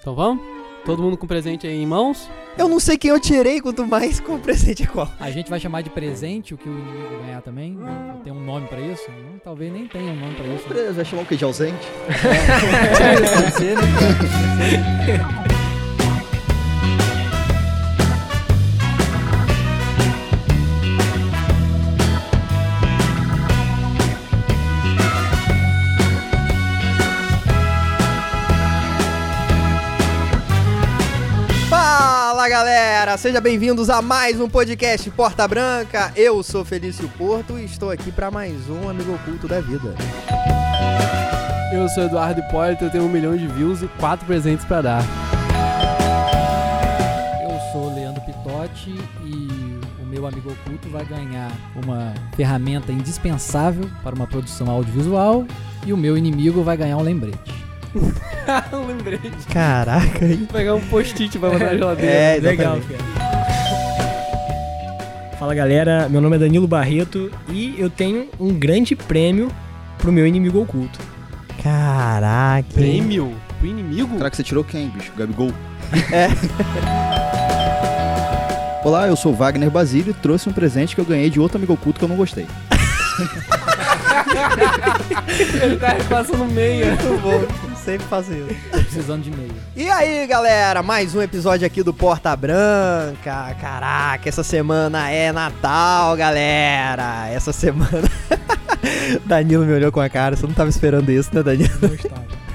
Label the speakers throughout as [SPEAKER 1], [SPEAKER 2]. [SPEAKER 1] Então vamos? Todo mundo com presente aí em mãos?
[SPEAKER 2] Eu não sei quem eu tirei, quanto mais com o presente é qual.
[SPEAKER 3] A gente vai chamar de presente o que o inimigo ganhar também? Tem um nome pra isso? Não, talvez nem tenha um nome pra isso. né?
[SPEAKER 2] Vai chamar o que de ausente?
[SPEAKER 3] Pode ser, né?
[SPEAKER 2] Fala galera, sejam bem-vindos a mais um podcast Porta Branca. Eu sou Felício Porto e estou aqui para mais um Amigo Oculto da Vida.
[SPEAKER 1] Eu sou Eduardo Hipólito, eu tenho um milhão de views e quatro presentes pra dar.
[SPEAKER 3] Eu sou o Leandro Pitotti e o meu amigo oculto vai ganhar uma ferramenta indispensável para uma produção audiovisual e o meu inimigo vai ganhar um lembrete.
[SPEAKER 1] Lembrei de
[SPEAKER 2] Caraca, hein?
[SPEAKER 1] pegar um post-it pra botar na geladeira.
[SPEAKER 2] É,
[SPEAKER 4] Legal,
[SPEAKER 2] exatamente.
[SPEAKER 4] cara. Fala galera, meu nome é Danilo Barreto e eu tenho um grande prêmio pro meu inimigo oculto.
[SPEAKER 2] Caraca. hein?
[SPEAKER 1] Prêmio pro inimigo?
[SPEAKER 5] Caraca, você tirou quem, bicho? Gabigol?
[SPEAKER 2] É.
[SPEAKER 5] Olá, eu sou o Wagner Basílio e trouxe um presente que eu ganhei de outro amigo oculto que eu não gostei.
[SPEAKER 1] Ele tá passando meia.
[SPEAKER 2] Muito bom, sempre faço isso.
[SPEAKER 3] Tô precisando de meio.
[SPEAKER 2] E aí, galera, mais um episódio aqui do Porta Branca. Caraca, essa semana é Natal, galera. Essa semana. Danilo me olhou com a cara, você não tava esperando isso, né, Danilo?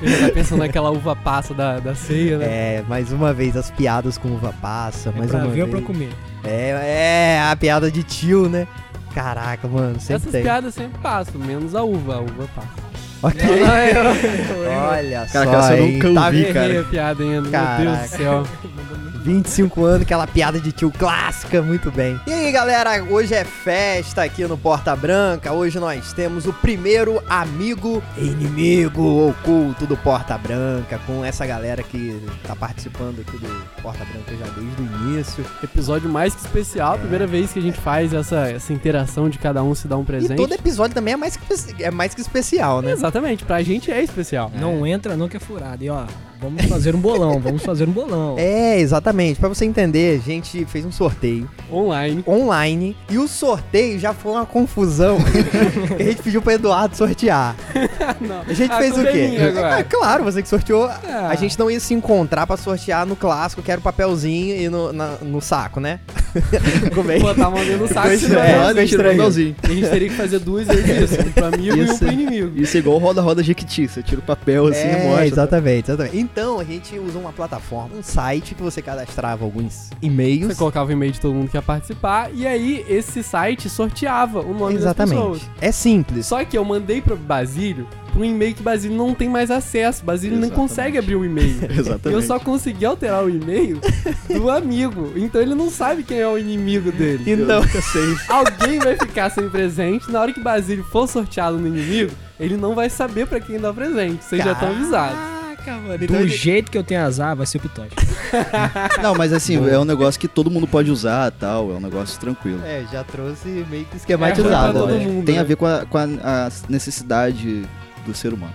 [SPEAKER 1] Ele tá pensando naquela uva passa da, da ceia, né?
[SPEAKER 2] É, mais uma vez as piadas com uva passa,
[SPEAKER 4] É
[SPEAKER 2] mais
[SPEAKER 4] pra
[SPEAKER 2] uma
[SPEAKER 4] ver ou
[SPEAKER 2] vez.
[SPEAKER 4] pra comer?
[SPEAKER 2] É, é a piada de tio, né? Caraca, mano, sempre
[SPEAKER 1] Essas
[SPEAKER 2] tem.
[SPEAKER 1] piadas sempre passam, menos a uva. A uva passa.
[SPEAKER 2] Ok. Olha
[SPEAKER 5] Caraca,
[SPEAKER 2] só,
[SPEAKER 5] essa eu
[SPEAKER 2] hein?
[SPEAKER 5] nunca
[SPEAKER 2] tá
[SPEAKER 5] ouvi,
[SPEAKER 1] Errei
[SPEAKER 5] cara.
[SPEAKER 1] a piada ainda, meu Deus
[SPEAKER 2] Caraca.
[SPEAKER 1] do céu.
[SPEAKER 2] 25 anos, aquela piada de tio clássica, muito bem. E aí, galera, hoje é festa aqui no Porta Branca. Hoje nós temos o primeiro amigo e inimigo oculto do Porta Branca, com essa galera que tá participando aqui do Porta Branca já desde o início.
[SPEAKER 1] Episódio mais que especial, primeira vez que a gente faz essa, essa interação de cada um se dar um
[SPEAKER 2] E
[SPEAKER 1] presente.
[SPEAKER 2] todo episódio também é mais que, espe- é mais que especial, né?
[SPEAKER 1] Exatamente, pra gente é especial.
[SPEAKER 4] Não entra, não que é furado. E ó, vamos fazer um bolão, vamos fazer um bolão.
[SPEAKER 2] É, exatamente. Pra você entender, a gente fez um sorteio
[SPEAKER 1] Online.
[SPEAKER 2] online e o sorteio já foi uma confusão. a gente pediu pro Eduardo sortear.
[SPEAKER 1] Não.
[SPEAKER 2] A gente
[SPEAKER 1] A
[SPEAKER 2] fez o
[SPEAKER 1] culpa é
[SPEAKER 2] quê?
[SPEAKER 1] minha agora.
[SPEAKER 2] É claro, você que sorteou.
[SPEAKER 1] Ah.
[SPEAKER 2] A gente não ia se encontrar pra sortear no clássico, que era o papelzinho e no, na- no saco, né? Como é?
[SPEAKER 1] botar a mão dentro do saco
[SPEAKER 2] Ficou
[SPEAKER 1] e
[SPEAKER 2] estranho,
[SPEAKER 1] segurar.
[SPEAKER 2] ficou estranho.
[SPEAKER 1] A gente teria que fazer duas vezes isso, um pro amigo e um
[SPEAKER 5] Isso.
[SPEAKER 1] pro inimigo.
[SPEAKER 5] Isso é igual roda-roda Jequiti. Você tira o papel assim e
[SPEAKER 2] É,
[SPEAKER 5] mostra.
[SPEAKER 2] exatamente, exatamente. Então, a gente usou uma plataforma, um site que você cadastrava alguns
[SPEAKER 1] Você
[SPEAKER 2] e-mails.
[SPEAKER 1] colocava o e-mail de todo mundo que ia participar, e aí esse site sorteava o nome das pessoas.
[SPEAKER 2] Exatamente. É simples.
[SPEAKER 1] Só que eu mandei pro Basílio um e-mail que Basílio não tem mais acesso. Basílio não
[SPEAKER 5] Exatamente.
[SPEAKER 1] consegue abrir o e-mail.
[SPEAKER 5] Exatamente.
[SPEAKER 1] Eu só consegui alterar o e-mail do amigo. Então ele não sabe quem é o inimigo dele.
[SPEAKER 2] Então,
[SPEAKER 1] Alguém vai ficar sem presente. Na hora que Basílio for sorteado no inimigo, ele não vai saber pra quem dá presente. Vocês já estão avisados.
[SPEAKER 2] Caraca, mano.
[SPEAKER 4] Do
[SPEAKER 2] então-
[SPEAKER 4] jeito que eu tenho azar, vai ser o Pitote.
[SPEAKER 5] Não, mas assim, é um negócio que todo mundo pode usar tal. É um negócio tranquilo.
[SPEAKER 2] É, já trouxe
[SPEAKER 1] É,
[SPEAKER 2] meio que
[SPEAKER 1] pra
[SPEAKER 2] esquematizado.
[SPEAKER 1] todo
[SPEAKER 2] né?
[SPEAKER 1] mundo,
[SPEAKER 5] Tem a
[SPEAKER 1] né?
[SPEAKER 5] ver com a, com a- a necessidade do ser humano.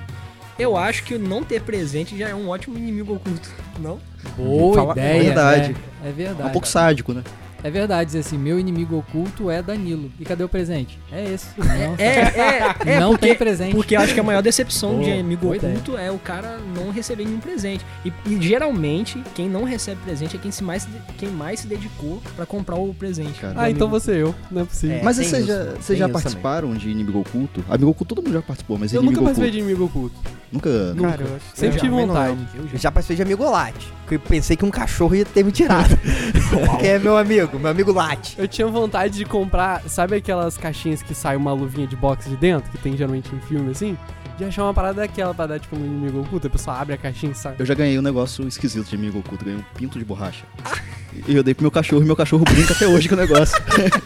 [SPEAKER 4] Eu acho que não ter presente já é um ótimo inimigo oculto, não?
[SPEAKER 3] Boa
[SPEAKER 2] Fala-
[SPEAKER 3] ideia.
[SPEAKER 5] verdade.
[SPEAKER 3] É, é
[SPEAKER 5] É
[SPEAKER 3] verdade.
[SPEAKER 5] um pouco sádico, né?
[SPEAKER 3] É verdade, dizer assim, meu inimigo oculto é Danilo. E cadê o presente? É esse. Não,
[SPEAKER 4] É, é, é.
[SPEAKER 3] não
[SPEAKER 4] porque-
[SPEAKER 3] tem presente.
[SPEAKER 4] Porque eu acho que a maior decepção de
[SPEAKER 3] Boa,
[SPEAKER 4] amigo
[SPEAKER 3] boa ideia.
[SPEAKER 4] oculto é o cara não receber nenhum presente. E, e, geralmente, quem não recebe presente é quem, se mais, se de- quem mais se dedicou pra comprar o presente.
[SPEAKER 5] Cara.
[SPEAKER 4] do
[SPEAKER 1] Ah, então
[SPEAKER 4] amigo.
[SPEAKER 1] você eu. Não é possível.
[SPEAKER 2] É,
[SPEAKER 5] mas
[SPEAKER 2] tem
[SPEAKER 5] vocês
[SPEAKER 2] isso,
[SPEAKER 5] já,
[SPEAKER 2] tem
[SPEAKER 5] vocês já
[SPEAKER 2] isso
[SPEAKER 5] participaram de inimigo oculto? Amigo oculto todo mundo já participou, mas
[SPEAKER 1] Eu nunca
[SPEAKER 5] inimigo
[SPEAKER 1] participei
[SPEAKER 5] oculto.
[SPEAKER 1] de inimigo oculto.
[SPEAKER 5] Nunca.
[SPEAKER 1] Nunca.
[SPEAKER 2] Cara, eu acho-
[SPEAKER 1] Sempre
[SPEAKER 2] eu
[SPEAKER 1] tive
[SPEAKER 2] já- mas não
[SPEAKER 1] vontade.
[SPEAKER 2] lembro.
[SPEAKER 4] Eu já-
[SPEAKER 2] Eu já passei de amigo late, que eu pensei que um cachorro ia ter me tirado. que é meu amigo, meu amigo late.
[SPEAKER 1] Eu tinha vontade de comprar, sabe aquelas caixinhas que sai uma luvinha de boxe de dentro, que tem geralmente em filme assim? De achar uma parada daquela pra dar tipo um inimigo oculto, a pessoa abre a caixinha e sai.
[SPEAKER 5] Eu já ganhei um negócio esquisito de amigo oculto, ganhei um pinto de borracha. E eu dei pro meu cachorro e meu cachorro brinca até hoje com o negócio.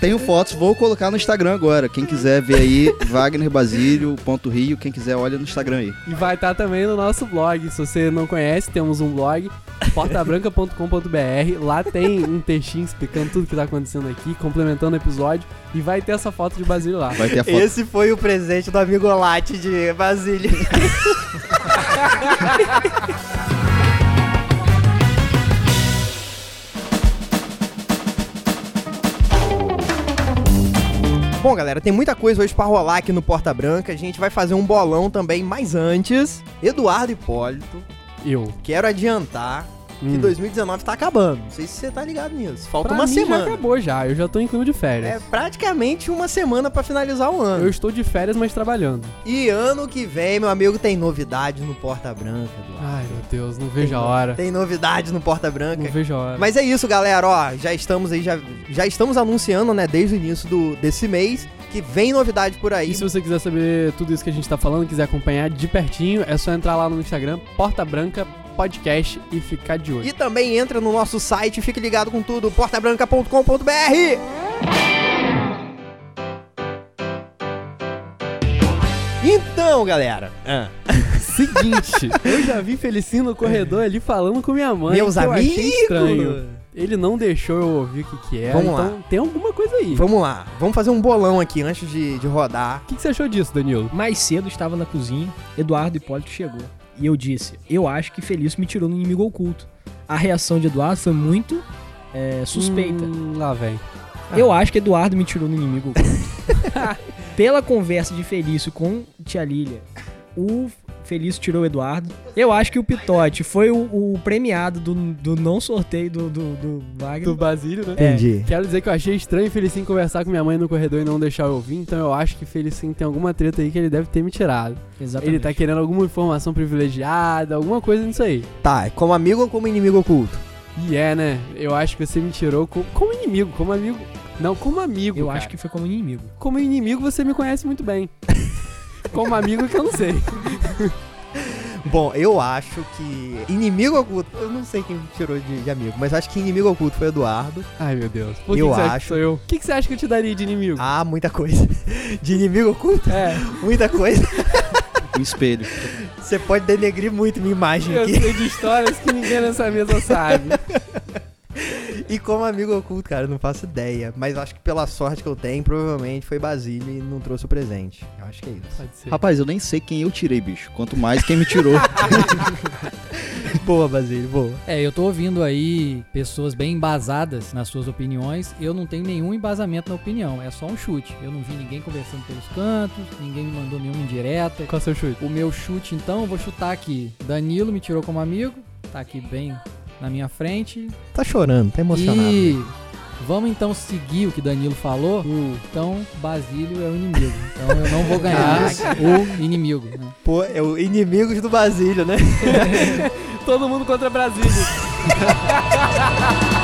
[SPEAKER 5] Tenho fotos, vou colocar no Instagram agora. Quem quiser ver aí, Wagner Basílio, ponto Rio, quem quiser olha no Instagram aí.
[SPEAKER 1] E vai estar também no nosso blog. Se você não conhece, temos um blog, portabranca.com.br. Lá tem um textinho explicando tudo que tá acontecendo aqui, complementando o episódio. E vai ter essa foto de Basílio lá.
[SPEAKER 5] Vai ter a foto.
[SPEAKER 2] Esse foi o presente do amigo late de Basílio. Bom, galera, tem muita coisa hoje pra rolar aqui no Porta Branca. A gente vai fazer um bolão também, mas antes, Eduardo Hipólito,
[SPEAKER 1] Eu.
[SPEAKER 2] quero adiantar que
[SPEAKER 1] Hum.
[SPEAKER 2] 2019 tá acabando. Não sei se você tá ligado nisso. Falta
[SPEAKER 1] Pra
[SPEAKER 2] uma
[SPEAKER 1] mim
[SPEAKER 2] semana.
[SPEAKER 1] já acabou já, eu já tô em clima de
[SPEAKER 2] É
[SPEAKER 1] férias.
[SPEAKER 2] praticamente uma semana pra finalizar o ano.
[SPEAKER 1] Eu estou de férias, mas trabalhando.
[SPEAKER 2] E ano que vem, meu amigo, tem novidade no Porta Branca, Eduardo.
[SPEAKER 1] Ai, meu Deus, não
[SPEAKER 2] Tem
[SPEAKER 1] vejo a
[SPEAKER 2] no-
[SPEAKER 1] hora.
[SPEAKER 2] Tem novidade no Porta Branca.
[SPEAKER 1] Não vejo a hora.
[SPEAKER 2] Mas é isso, galera, ó, já estamos aí, já, já estamos anunciando, né, desde o início do, desse mês, que vem novidade por aí.
[SPEAKER 1] E se você quiser saber tudo isso que a gente tá falando, quiser acompanhar de pertinho, é só entrar lá no Instagram, Porta Branca Podcast e ficar de olho.
[SPEAKER 2] E também entra no nosso site, fique ligado com tudo, portabranca.com.br. Então, galera,
[SPEAKER 1] Ah, Seguinte, eu já vi Felicino no corredor ali falando com minha mãe.
[SPEAKER 2] meus
[SPEAKER 1] que eu
[SPEAKER 2] amigos,
[SPEAKER 1] achei estranho. Ele não deixou eu ouvir o que que era,
[SPEAKER 2] Vamos lá.
[SPEAKER 1] então tem alguma coisa aí. O
[SPEAKER 2] vamos lá, vamos fazer um bolão aqui antes de, de rodar.
[SPEAKER 1] que, que você achou disso, Danilo?
[SPEAKER 4] Mais cedo estava na cozinha, Eduardo Hipólito chegou. E eu disse: Eu acho que Felício me tirou no inimigo oculto. A reação de Eduardo foi muito é, suspeita.
[SPEAKER 1] Hum, lá vem.
[SPEAKER 4] Eu acho que Eduardo me tirou no inimigo oculto. Pela conversa de Felício com Tia Lília, o Felício tirou o Eduardo. Eu acho que o Pitote foi o, o premiado do, do não sorteio do, do, do Wagner. É,
[SPEAKER 1] Do Basílio, né?
[SPEAKER 2] Entendi.
[SPEAKER 1] Quero dizer que eu achei estranho Felicim conversar com minha mãe no corredor e não deixar eu ouvir, então eu acho que Felicim tem alguma treta aí que ele deve ter me tirado.
[SPEAKER 4] Exatamente.
[SPEAKER 1] Ele tá querendo alguma informação privilegiada, alguma coisa nisso aí.
[SPEAKER 2] Tá, como amigo ou como inimigo oculto?
[SPEAKER 1] E é, né? Eu acho que você me tirou co- como inimigo, como amigo. Não, como amigo.
[SPEAKER 4] Eu
[SPEAKER 1] cara.
[SPEAKER 4] acho que foi como inimigo.
[SPEAKER 1] Como inimigo você me conhece muito bem. como amigo que eu não sei.
[SPEAKER 2] Bom, eu acho que inimigo oculto, eu não sei quem me tirou de, de amigo, mas acho que inimigo oculto foi Eduardo.
[SPEAKER 1] Ai, meu Deus. Por que,
[SPEAKER 2] Eu
[SPEAKER 1] que você acha
[SPEAKER 2] acho.
[SPEAKER 1] que sou eu? O que, que você acha que eu te daria de inimigo?
[SPEAKER 2] Ah, muita coisa. De inimigo oculto,
[SPEAKER 1] É,
[SPEAKER 2] muita coisa.
[SPEAKER 5] O espelho.
[SPEAKER 2] Você pode denegrir muito minha imagem
[SPEAKER 1] eu
[SPEAKER 2] aqui.
[SPEAKER 1] sei de histórias que ninguém nessa mesa sabe.
[SPEAKER 2] E como amigo oculto, cara, eu não faço ideia. Mas acho que pela sorte que eu tenho, provavelmente foi Basílio e não trouxe o presente. Eu acho que é isso.
[SPEAKER 1] Pode ser.
[SPEAKER 5] Rapaz, eu nem sei quem eu tirei, bicho. Quanto mais quem me tirou.
[SPEAKER 2] boa, Basílio, boa.
[SPEAKER 3] É, eu tô ouvindo aí pessoas bem embasadas nas suas opiniões. Eu não tenho nenhum embasamento na opinião, é só um chute. Eu não vi ninguém conversando pelos cantos, ninguém me mandou nenhuma indireta.
[SPEAKER 1] Qual é o seu chute?
[SPEAKER 3] O meu chute, então, eu vou chutar aqui. Danilo me tirou como amigo, tá aqui bem na minha frente.
[SPEAKER 2] Tá chorando, tá emocionado.
[SPEAKER 3] E vamos então seguir o que Danilo falou. Então, Basílio é o inimigo. Então, eu não vou ganhar o inimigo. né?
[SPEAKER 2] Pô, é o inimigos do Basílio, né?
[SPEAKER 1] Todo mundo contra Brasília.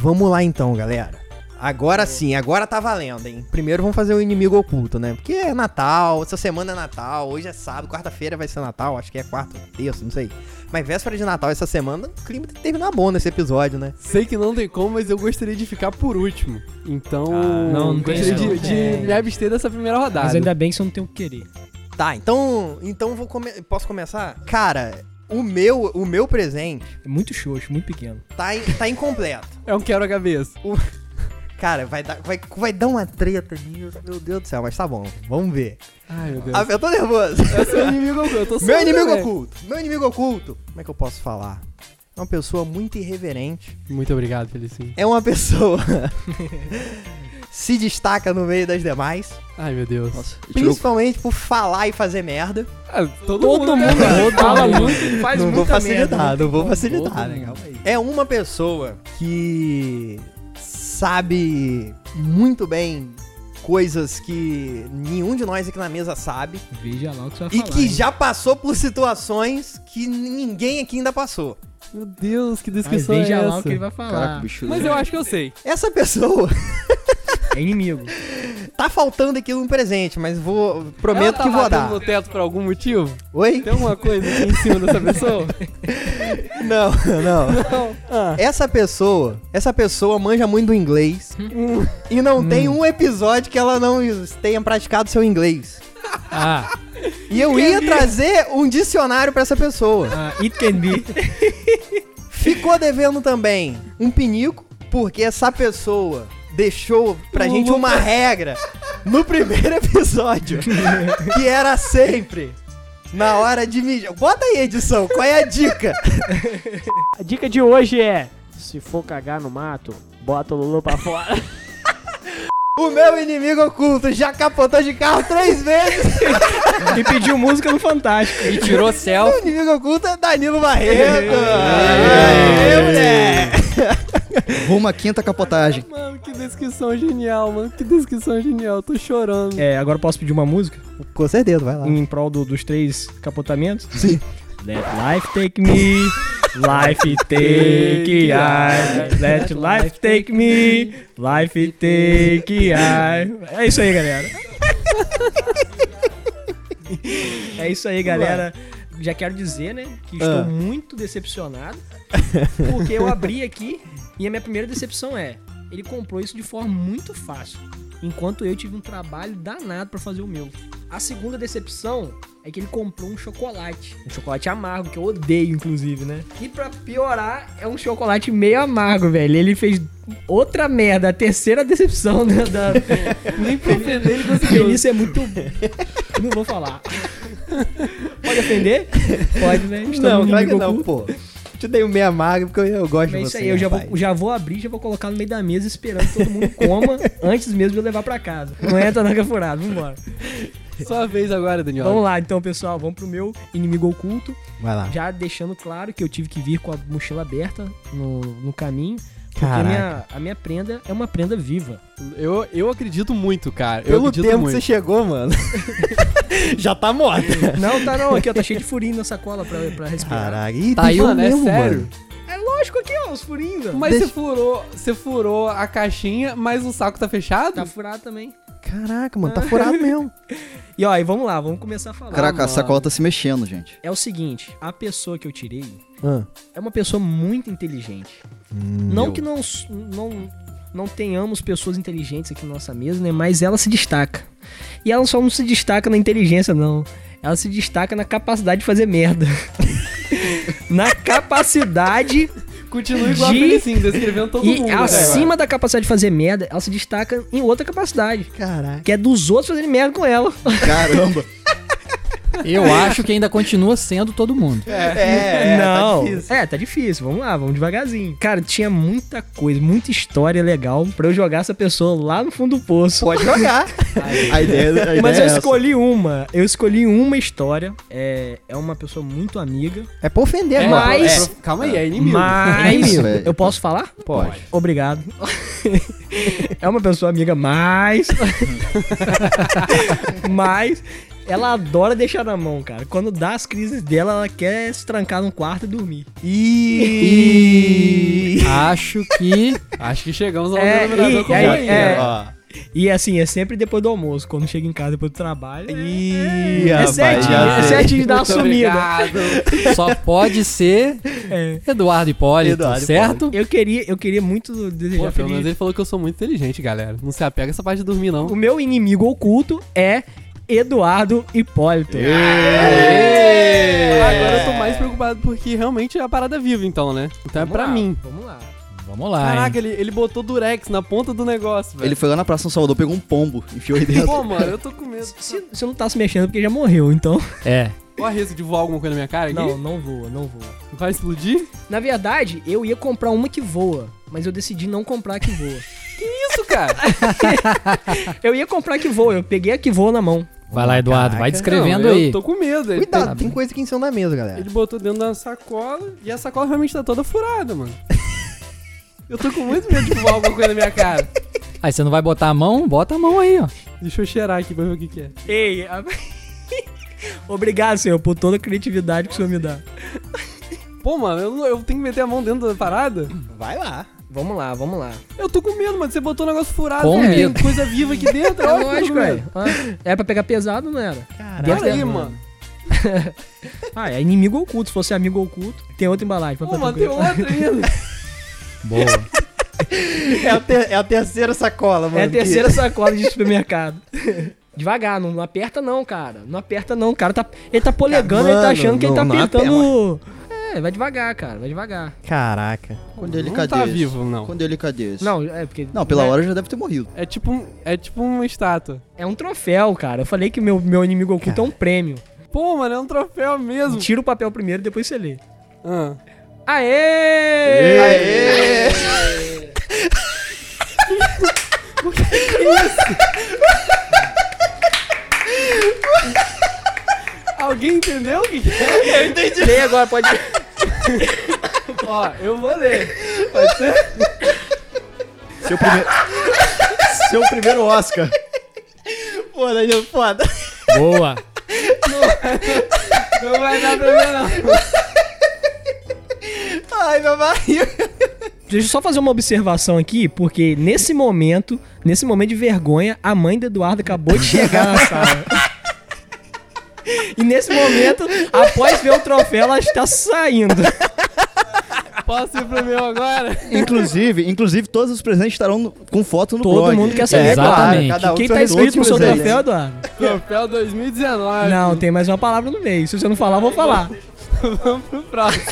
[SPEAKER 2] Vamos lá então, galera. Agora sim, agora tá valendo, hein? Primeiro vamos fazer o inimigo oculto, né? Porque é Natal, essa semana é Natal, hoje é sábado, quarta-feira vai ser Natal, acho que é quarta, terça, não sei. Mas véspera de Natal essa semana, o clima tem que terminar bom nesse episódio, né?
[SPEAKER 1] Sei que não tem como, mas eu gostaria de ficar por último. Então,
[SPEAKER 5] Ah,
[SPEAKER 4] não, não tem
[SPEAKER 1] gostaria de,
[SPEAKER 4] jeito.
[SPEAKER 1] de
[SPEAKER 4] É.
[SPEAKER 1] me abster dessa primeira rodada.
[SPEAKER 4] Mas ainda bem que você não tem o que querer.
[SPEAKER 2] Tá, então, então vou come- posso começar? Cara, o meu, o meu presente
[SPEAKER 4] É muito xoxo, muito pequeno.
[SPEAKER 2] tá, in- tá incompleto.
[SPEAKER 1] É um quebra-cabeça.
[SPEAKER 2] Cara, vai dar, vai, vai dar uma treta nisso, meu Deus do céu, mas tá bom, vamos ver.
[SPEAKER 1] Ai, meu Deus.
[SPEAKER 2] Ah, eu tô nervoso.
[SPEAKER 1] Eu sou inimigo oculto. Eu tô
[SPEAKER 2] Meu
[SPEAKER 1] suando,
[SPEAKER 2] inimigo
[SPEAKER 1] velho.
[SPEAKER 2] oculto. Meu inimigo oculto. Como é que eu posso falar? É uma pessoa muito irreverente.
[SPEAKER 1] Muito obrigado, Felicinho.
[SPEAKER 2] É uma pessoa. se destaca no meio das demais.
[SPEAKER 1] Ai, meu Deus.
[SPEAKER 5] Nossa, ele tirou.
[SPEAKER 2] Principalmente por falar e fazer merda.
[SPEAKER 1] Ah, todo,
[SPEAKER 4] Todo
[SPEAKER 1] né?
[SPEAKER 4] mundo, fala
[SPEAKER 1] mundo.
[SPEAKER 4] muito e faz
[SPEAKER 2] não vou
[SPEAKER 4] muita
[SPEAKER 2] facilitar,
[SPEAKER 4] merda.
[SPEAKER 2] não vou
[SPEAKER 3] Todo
[SPEAKER 2] facilitar, né?
[SPEAKER 3] mundo.
[SPEAKER 2] Calma aí. É uma pessoa que sabe muito bem coisas que nenhum de nós aqui na mesa sabe
[SPEAKER 4] Veja lá o que você vai
[SPEAKER 2] e
[SPEAKER 4] falar.
[SPEAKER 2] que
[SPEAKER 4] hein?
[SPEAKER 2] já passou por situações que ninguém aqui ainda passou.
[SPEAKER 1] Meu Deus, que
[SPEAKER 4] Mas
[SPEAKER 1] descrição é
[SPEAKER 4] Ah, veja lá o
[SPEAKER 1] essa?
[SPEAKER 4] que ele vai falar.
[SPEAKER 5] Caraca, o bicho.
[SPEAKER 1] Mas eu acho que eu sei.
[SPEAKER 2] Essa pessoa
[SPEAKER 4] É inimigo.
[SPEAKER 2] Tá faltando aqui um presente, mas vou. Prometo
[SPEAKER 1] Ela tá
[SPEAKER 2] que vou
[SPEAKER 1] batendo
[SPEAKER 2] dar.
[SPEAKER 1] no teto por algum motivo?
[SPEAKER 2] Oi?
[SPEAKER 1] Tem alguma coisa aqui em cima dessa pessoa?
[SPEAKER 2] Não, não.
[SPEAKER 1] Não. Ah.
[SPEAKER 2] Essa pessoa, essa pessoa manja muito do inglês
[SPEAKER 1] Hum.
[SPEAKER 2] e não tem um episódio que ela não tenha praticado seu inglês.
[SPEAKER 4] Ah,
[SPEAKER 2] E eu ia trazer um dicionário pra essa pessoa.
[SPEAKER 4] ah, it can be.
[SPEAKER 2] Ficou devendo também um pinico, porque essa pessoa deixou pra
[SPEAKER 1] O
[SPEAKER 2] gente
[SPEAKER 1] Lucas-
[SPEAKER 2] uma regra no primeiro episódio, que era sempre na hora de mijar. Bota aí, edição, qual é a dica?
[SPEAKER 6] A dica de hoje é: se for cagar no mato, bota o Lulu pra fora.
[SPEAKER 2] O meu inimigo oculto já capotou de carro três vezes.
[SPEAKER 4] E pediu música no Fantástico.
[SPEAKER 1] E tirou selfie.
[SPEAKER 2] O inimigo oculto é Danilo Barreto.
[SPEAKER 5] Aê,
[SPEAKER 2] Aê, moleque.
[SPEAKER 5] Rumo à quinta capotagem.
[SPEAKER 1] Mano, que descrição genial, mano. Que descrição genial. Tô chorando.
[SPEAKER 4] É, agora eu posso pedir uma música
[SPEAKER 2] Com certeza, vai lá.
[SPEAKER 4] em prol do- dos três capotamentos?
[SPEAKER 5] Sim.
[SPEAKER 4] Let life take me, life take I. Let life take me, life take I. É isso aí, galera. É isso aí, galera. Já quero dizer, né, que estou
[SPEAKER 2] Ah.
[SPEAKER 4] muito decepcionado, porque eu abri aqui e a minha primeira decepção é, ele comprou isso de forma muito fácil, enquanto eu tive um trabalho danado pra fazer o meu. A segunda decepção é que ele comprou um chocolate. Um chocolate amargo, que eu odeio, inclusive, né? E pra piorar, é um chocolate meio amargo, velho. Ele fez outra merda, a terceira decepção da. da... Nem pra ofender ele conseguiu. Isso é muito. Não vou falar. Pode ofender? Pode, né? Estamos
[SPEAKER 2] Não,
[SPEAKER 4] no
[SPEAKER 2] claro que
[SPEAKER 4] inimigo
[SPEAKER 2] não,
[SPEAKER 4] oculto.
[SPEAKER 2] pô. Te dei um meia magro porque eu gosto
[SPEAKER 4] É
[SPEAKER 2] de
[SPEAKER 4] isso
[SPEAKER 2] você.
[SPEAKER 4] aí, eu já
[SPEAKER 2] rapaz.
[SPEAKER 4] vou, já vou abrir, já vou colocar no meio da mesa esperando que todo mundo coma antes mesmo de eu levar pra casa. Não entra na furada, vambora.
[SPEAKER 1] Sua vez agora, Daniel.
[SPEAKER 4] Vamos lá então, pessoal, vamos pro meu inimigo oculto.
[SPEAKER 2] Vai lá.
[SPEAKER 4] Já deixando claro que eu tive que vir com a mochila aberta no, no caminho. Porque a
[SPEAKER 2] Caraca.
[SPEAKER 4] minha, a minha prenda é uma prenda viva.
[SPEAKER 1] Eu, eu acredito muito, cara. Eu
[SPEAKER 2] Pelo
[SPEAKER 1] acredito
[SPEAKER 2] tempo que
[SPEAKER 1] muito.
[SPEAKER 2] você chegou, mano. já tá morta.
[SPEAKER 4] Não, tá não, aqui ó, tá cheio de furinho na sacola pra, pra respirar.
[SPEAKER 2] Caraca, um ih,
[SPEAKER 1] Tá aí
[SPEAKER 2] mano,
[SPEAKER 1] mano, é sério.
[SPEAKER 4] É lógico aqui, ó, os furinhos. ó.
[SPEAKER 1] Mas
[SPEAKER 2] Deixa-
[SPEAKER 1] você furou, você furou a caixinha, mas o saco tá fechado?
[SPEAKER 4] Tá furado também.
[SPEAKER 2] Caraca, mano, tá furado mesmo.
[SPEAKER 4] E ó, e vamos lá, vamos começar a falar.
[SPEAKER 5] Caraca, a
[SPEAKER 1] mano.
[SPEAKER 5] sacola tá se mexendo, gente.
[SPEAKER 4] É o seguinte, a pessoa que eu tirei
[SPEAKER 2] Ah.
[SPEAKER 4] é uma pessoa muito inteligente.
[SPEAKER 1] meu.
[SPEAKER 4] não que não, s- não, não tenhamos pessoas inteligentes aqui na nossa mesa, né? Mas ela se destaca. E ela só não se destaca na inteligência, não. Ela se destaca na capacidade de fazer merda. na capacidade
[SPEAKER 1] Continua igual
[SPEAKER 4] De-
[SPEAKER 1] a Felicinho, descrevendo todo
[SPEAKER 4] e
[SPEAKER 1] mundo. né,
[SPEAKER 4] acima da capacidade de fazer merda, ela se destaca em outra capacidade.
[SPEAKER 2] Caraca.
[SPEAKER 4] Que é dos outros fazerem merda com ela.
[SPEAKER 5] Caramba.
[SPEAKER 3] Eu acho que ainda continua sendo todo mundo.
[SPEAKER 2] É,
[SPEAKER 4] não.
[SPEAKER 2] Tá difícil.
[SPEAKER 4] é, tá difícil. Vamos lá, vamos devagarzinho. Cara, tinha muita coisa, muita história legal pra eu jogar essa pessoa lá no fundo do poço.
[SPEAKER 2] Pode jogar.
[SPEAKER 5] A ideia, a
[SPEAKER 4] Mas
[SPEAKER 5] ideia
[SPEAKER 4] eu
[SPEAKER 5] é essa.
[SPEAKER 4] escolhi uma. Eu escolhi uma história. É, é uma pessoa muito amiga.
[SPEAKER 2] É pra ofender,
[SPEAKER 1] É,
[SPEAKER 2] mano.
[SPEAKER 4] mas-
[SPEAKER 1] é, calma aí, é inimigo.
[SPEAKER 5] É
[SPEAKER 4] Mas.
[SPEAKER 5] inimigo.
[SPEAKER 4] eu posso falar?
[SPEAKER 2] Pode.
[SPEAKER 4] Obrigado. é uma pessoa amiga, mas. mas. Ela adora deixar na mão, cara. Quando dá as crises dela, ela quer se trancar num quarto e dormir.
[SPEAKER 2] É. E...
[SPEAKER 3] Acho que.
[SPEAKER 1] Acho que chegamos ao
[SPEAKER 4] É,
[SPEAKER 1] denominador
[SPEAKER 4] e-
[SPEAKER 1] comum
[SPEAKER 4] é,
[SPEAKER 1] aí,
[SPEAKER 4] é.
[SPEAKER 1] né?
[SPEAKER 2] Ó.
[SPEAKER 4] E assim, é sempre depois do almoço, quando chega em casa depois do trabalho.
[SPEAKER 2] Ih,
[SPEAKER 4] é
[SPEAKER 2] rapaz,
[SPEAKER 4] sete,
[SPEAKER 2] já
[SPEAKER 4] é
[SPEAKER 2] sei.
[SPEAKER 4] sete de dar uma
[SPEAKER 1] Muito
[SPEAKER 4] sumida.
[SPEAKER 1] obrigado.
[SPEAKER 3] Só pode ser
[SPEAKER 4] É.
[SPEAKER 3] Eduardo Hipólito,
[SPEAKER 2] Eduardo
[SPEAKER 3] certo?
[SPEAKER 4] Eu queria, eu queria muito desejar
[SPEAKER 1] tá Pô, pelo
[SPEAKER 4] feliz
[SPEAKER 1] menos ele falou que eu sou muito inteligente, galera. Não se apega a essa parte de dormir, não.
[SPEAKER 4] O meu inimigo oculto é Eduardo Hipólito.
[SPEAKER 1] Aê! Agora eu tô mais preocupado porque realmente é a parada viva, então, né? Então é
[SPEAKER 4] Vamos
[SPEAKER 1] pra
[SPEAKER 4] lá,
[SPEAKER 1] mim.
[SPEAKER 4] Vamos lá.
[SPEAKER 3] Vamos lá. hein?
[SPEAKER 1] Caraca, ele, ele botou durex na ponta do negócio, velho.
[SPEAKER 5] Ele foi lá na Praça São Salvador, pegou um pombo, enfiou aí dentro.
[SPEAKER 1] Pô, mano, eu tô com medo.
[SPEAKER 4] Se você não tá se mexendo porque já morreu, então.
[SPEAKER 3] É.
[SPEAKER 1] Ó, risco de voar alguma coisa na minha cara aqui?
[SPEAKER 4] Não, não voa, não voa.
[SPEAKER 1] Vai explodir?
[SPEAKER 4] Na verdade, eu ia comprar uma que voa, mas eu decidi não comprar a que voa.
[SPEAKER 1] Isso, cara.
[SPEAKER 4] eu ia comprar a que voa, eu peguei a que voa na mão.
[SPEAKER 3] Vai lá, Eduardo.
[SPEAKER 2] Caraca.
[SPEAKER 3] Vai descrevendo
[SPEAKER 1] Não,
[SPEAKER 3] aí.
[SPEAKER 1] Eu tô com medo. Ele,
[SPEAKER 2] Cuidado, tem coisa aqui em cima da mesa, galera.
[SPEAKER 1] ele botou dentro da sacola e a sacola realmente tá toda furada, mano. Eu tô com muito medo de voar alguma coisa na minha cara.
[SPEAKER 3] Aí você não vai botar a mão? Bota a mão aí, ó.
[SPEAKER 1] Deixa eu cheirar aqui pra ver o que que é.
[SPEAKER 4] Ei, a- obrigado, senhor, por toda a criatividade que o senhor me dá.
[SPEAKER 1] Pô, mano, eu, não- eu tenho que meter a mão dentro da parada?
[SPEAKER 2] Vai lá.
[SPEAKER 4] Vamos lá, vamos lá.
[SPEAKER 1] Eu tô com medo, mano. Você botou um negócio furado,
[SPEAKER 3] Com
[SPEAKER 1] né?
[SPEAKER 3] medo.
[SPEAKER 1] Tem coisa viva aqui dentro. óbvio
[SPEAKER 4] É
[SPEAKER 1] que eu tô
[SPEAKER 4] lógico,
[SPEAKER 1] com medo.
[SPEAKER 4] velho. Ah, Era pra pegar pesado, não era?
[SPEAKER 2] Caraca.
[SPEAKER 1] Olha
[SPEAKER 4] Dentro
[SPEAKER 1] aí,
[SPEAKER 4] da-
[SPEAKER 1] mano.
[SPEAKER 4] Ah, é inimigo oculto. Se fosse amigo oculto, tem outra embalagem.
[SPEAKER 1] Pô, mano, tem outra ainda.
[SPEAKER 3] Boa.
[SPEAKER 2] É a, ter- é a terceira sacola, mano.
[SPEAKER 4] É a
[SPEAKER 2] que-
[SPEAKER 4] terceira sacola de supermercado. Devagar, não, não aperta não, cara. Não aperta não, cara. Tá, ele tá polegando, ele tá
[SPEAKER 2] Mano,
[SPEAKER 4] achando que ele
[SPEAKER 2] não-
[SPEAKER 4] tá
[SPEAKER 2] não
[SPEAKER 4] apertando. É, vai devagar, cara, vai devagar.
[SPEAKER 2] Caraca.
[SPEAKER 5] Com delicadeza.
[SPEAKER 1] Não tá vivo, não.
[SPEAKER 5] Com delicadeza.
[SPEAKER 4] Não, é porque.
[SPEAKER 5] Não, pela
[SPEAKER 4] é,
[SPEAKER 5] hora já deve ter morrido.
[SPEAKER 1] É tipo, um, é tipo uma estátua.
[SPEAKER 4] É um troféu, cara. Eu falei que meu, meu inimigo oculto é um prêmio.
[SPEAKER 1] Pô, mano, é um troféu mesmo.
[SPEAKER 4] Tira o papel primeiro, depois você lê.
[SPEAKER 1] Ah.
[SPEAKER 4] Aê!
[SPEAKER 5] Aê!
[SPEAKER 1] Alguém entendeu o que que é?
[SPEAKER 4] Lê agora, pode.
[SPEAKER 1] Ó, eu vou ler.
[SPEAKER 5] Seu primeiro. Seu primeiro Oscar.
[SPEAKER 2] Pô, Danilo, foda.
[SPEAKER 3] Boa!
[SPEAKER 1] Não vai dar pra ver, não.
[SPEAKER 2] Ai, meu barriga.
[SPEAKER 4] Deixa eu só fazer uma observação aqui, porque nesse momento, nesse momento de vergonha, a mãe do Eduardo acabou de chegar na sala. E nesse momento, após ver o troféu, ela está saindo.
[SPEAKER 1] Posso ir pro meu agora?
[SPEAKER 5] Inclusive, inclusive, todos os presentes estarão no- com foto no
[SPEAKER 4] Todo
[SPEAKER 5] blog.
[SPEAKER 4] mundo quer saber,
[SPEAKER 5] É, claro,
[SPEAKER 4] exatamente.
[SPEAKER 5] cada um
[SPEAKER 4] Quem
[SPEAKER 5] tem
[SPEAKER 4] tá escrito no
[SPEAKER 5] todos
[SPEAKER 4] seu
[SPEAKER 5] os presentes.
[SPEAKER 4] troféu, Eduardo?
[SPEAKER 1] Troféu 2019.
[SPEAKER 4] Não, tem mais uma palavra no meio. Se você não falar, eu vou falar.
[SPEAKER 1] Vamos pro próximo.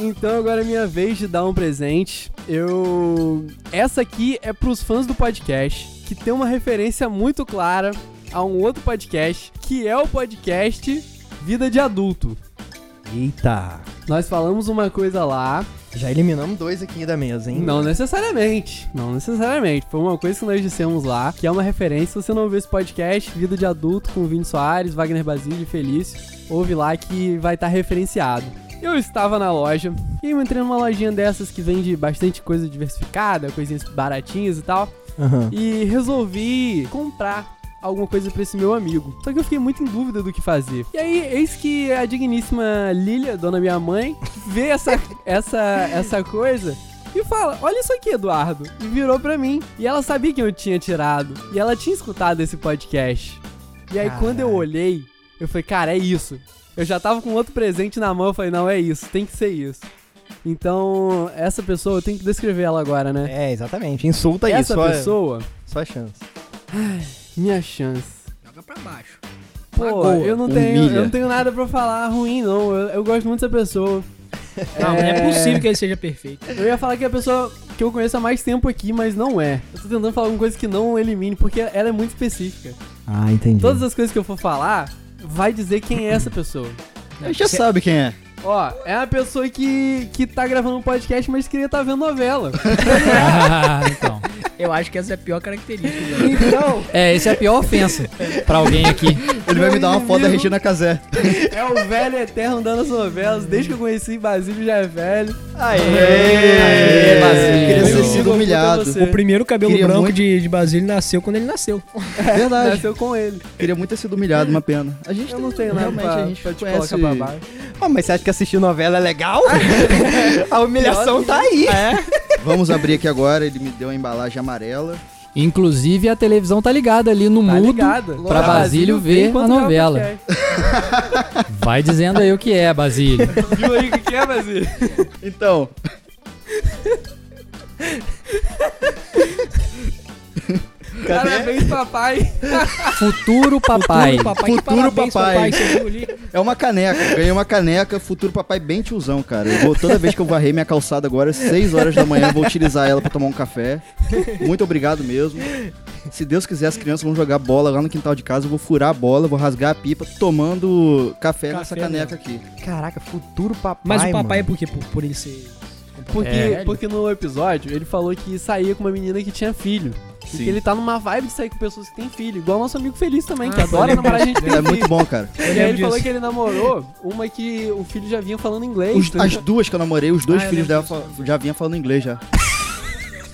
[SPEAKER 1] Então agora é minha vez de dar um presente. Eu essa aqui é pros fãs do podcast que tem uma referência muito clara a um outro podcast que é o podcast Vida de Adulto.
[SPEAKER 2] Eita.
[SPEAKER 1] Nós falamos uma coisa lá,
[SPEAKER 2] Já eliminamos dois aqui da mesa, hein?
[SPEAKER 1] não necessariamente, não necessariamente. Foi uma coisa que nós dissemos lá, que é uma referência. Se você não ouviu esse podcast, Vida de Adulto com Vini Soares, Wagner Basílio e Felício, ouve lá que vai estar referenciado. Eu estava na loja e eu entrei numa lojinha dessas que vende bastante coisa diversificada, coisinhas baratinhas e tal,
[SPEAKER 2] Aham.
[SPEAKER 1] e resolvi comprar alguma coisa pra esse meu amigo. Só que eu fiquei muito em dúvida do que fazer. E aí, eis que a digníssima Lilia, dona minha mãe, vê essa, essa, essa coisa e fala: Olha isso aqui, Eduardo. E virou pra mim. E ela sabia que eu tinha tirado. E ela tinha escutado esse podcast. E aí, quando eu olhei, eu falei: Cara, é isso. Eu já tava com outro presente na mão. Eu falei: Não, é isso. Tem que ser isso. Então, essa pessoa, eu tenho que descrever ela agora, né?
[SPEAKER 2] É, exatamente. Insulta
[SPEAKER 1] essa
[SPEAKER 2] isso, só, é
[SPEAKER 1] pessoa,
[SPEAKER 2] só chance.
[SPEAKER 1] minha chance.
[SPEAKER 4] Joga pra baixo.
[SPEAKER 1] Pô,
[SPEAKER 5] Magoa,
[SPEAKER 1] eu não tenho,
[SPEAKER 5] humilha.
[SPEAKER 1] eu não tenho nada pra falar ruim, não. Eu, eu gosto muito dessa pessoa.
[SPEAKER 4] Não, é possível que ele seja perfeito.
[SPEAKER 1] Eu ia falar que é a pessoa que eu conheço há mais tempo aqui, mas não é. Eu tô tentando falar alguma coisa que não elimine, porque ela é muito específica.
[SPEAKER 2] Ah, entendi.
[SPEAKER 1] Todas as coisas que eu for falar, vai dizer quem é essa pessoa.
[SPEAKER 5] Ele já sabe quem é.
[SPEAKER 1] Ó, é a pessoa que, que tá gravando um podcast, mas queria tá vendo novela.
[SPEAKER 3] Ah, então.
[SPEAKER 4] Eu acho que essa é a pior característica. né?
[SPEAKER 1] Então,
[SPEAKER 3] É, essa é a pior ofensa pra alguém aqui.
[SPEAKER 5] Ele vai me dar uma foto da
[SPEAKER 1] inimigo.
[SPEAKER 5] Regina Casé.
[SPEAKER 1] é o velho eterno das novelas. Desde que eu conheci Basílio já é velho.
[SPEAKER 2] Aê!
[SPEAKER 5] Aê,
[SPEAKER 3] Basílio.
[SPEAKER 5] Queria
[SPEAKER 3] Meu
[SPEAKER 5] ter
[SPEAKER 3] amigo
[SPEAKER 5] sido humilhado.
[SPEAKER 1] você.
[SPEAKER 4] O primeiro cabelo
[SPEAKER 5] Queria
[SPEAKER 4] branco
[SPEAKER 5] muito-
[SPEAKER 4] de, de Basílio nasceu quando ele nasceu.
[SPEAKER 2] É
[SPEAKER 5] Verdade.
[SPEAKER 1] Nasceu com ele.
[SPEAKER 5] Queria muito ter sido humilhado, uma pena. A gente
[SPEAKER 1] Eu não tenho nada
[SPEAKER 5] realmente
[SPEAKER 1] pra,
[SPEAKER 5] a gente
[SPEAKER 1] pra te
[SPEAKER 5] conhece-
[SPEAKER 1] colocar pra baixo.
[SPEAKER 2] Ó, mas você acha que assistir novela é legal? A humilhação tá aí.
[SPEAKER 5] Vamos abrir aqui agora, ele me deu a embalagem amarela.
[SPEAKER 3] Inclusive, a televisão tá ligada ali no
[SPEAKER 1] Tá
[SPEAKER 3] mudo.
[SPEAKER 1] ligada.
[SPEAKER 5] pra
[SPEAKER 3] Basílio ver
[SPEAKER 1] vem enquanto
[SPEAKER 3] a
[SPEAKER 1] grava
[SPEAKER 3] novela.
[SPEAKER 1] podcast.
[SPEAKER 3] Vai dizendo aí o que é, Basílio.
[SPEAKER 1] Viu aí o que que é, Basílio?
[SPEAKER 5] Então,
[SPEAKER 1] Parabéns, papai.
[SPEAKER 3] Futuro papai.
[SPEAKER 4] Futuro papai,
[SPEAKER 5] Futuro
[SPEAKER 4] que parabéns,
[SPEAKER 5] papai.
[SPEAKER 4] papai. Você viu ali?
[SPEAKER 5] é uma caneca. Eu Ganhei uma caneca, futuro papai bem tiozão, cara. Eu vou, toda vez que eu varrer minha calçada agora, às 6 horas da manhã, eu vou utilizar ela pra tomar um café. Muito obrigado mesmo. Se Deus quiser, as crianças vão jogar bola lá no quintal de casa. Eu vou furar a bola, vou rasgar a pipa, tomando café, nessa
[SPEAKER 4] Café
[SPEAKER 5] caneca aqui.
[SPEAKER 2] Caraca, futuro papai.
[SPEAKER 4] Mas o papai é
[SPEAKER 2] mano.
[SPEAKER 4] por quê? Por, por ele ser.
[SPEAKER 1] Porque,
[SPEAKER 3] É.
[SPEAKER 1] porque no episódio ele falou que saía com uma menina que tinha filho. E que ele tá numa vibe de sair com pessoas que têm filho. Igual nosso amigo Feliz também, que
[SPEAKER 4] Ah,
[SPEAKER 1] adora
[SPEAKER 4] eu
[SPEAKER 1] namorar gente que tem
[SPEAKER 5] É
[SPEAKER 1] filho.
[SPEAKER 5] muito bom, cara.
[SPEAKER 1] E aí
[SPEAKER 4] lembro
[SPEAKER 1] ele falou
[SPEAKER 4] disso.
[SPEAKER 1] que ele namorou uma que o filho já vinha falando inglês. tá
[SPEAKER 5] Os- as duas que eu namorei, os dois
[SPEAKER 4] Ah, eu
[SPEAKER 5] filhos dela
[SPEAKER 4] lembro
[SPEAKER 5] fa- já vinham falando inglês já.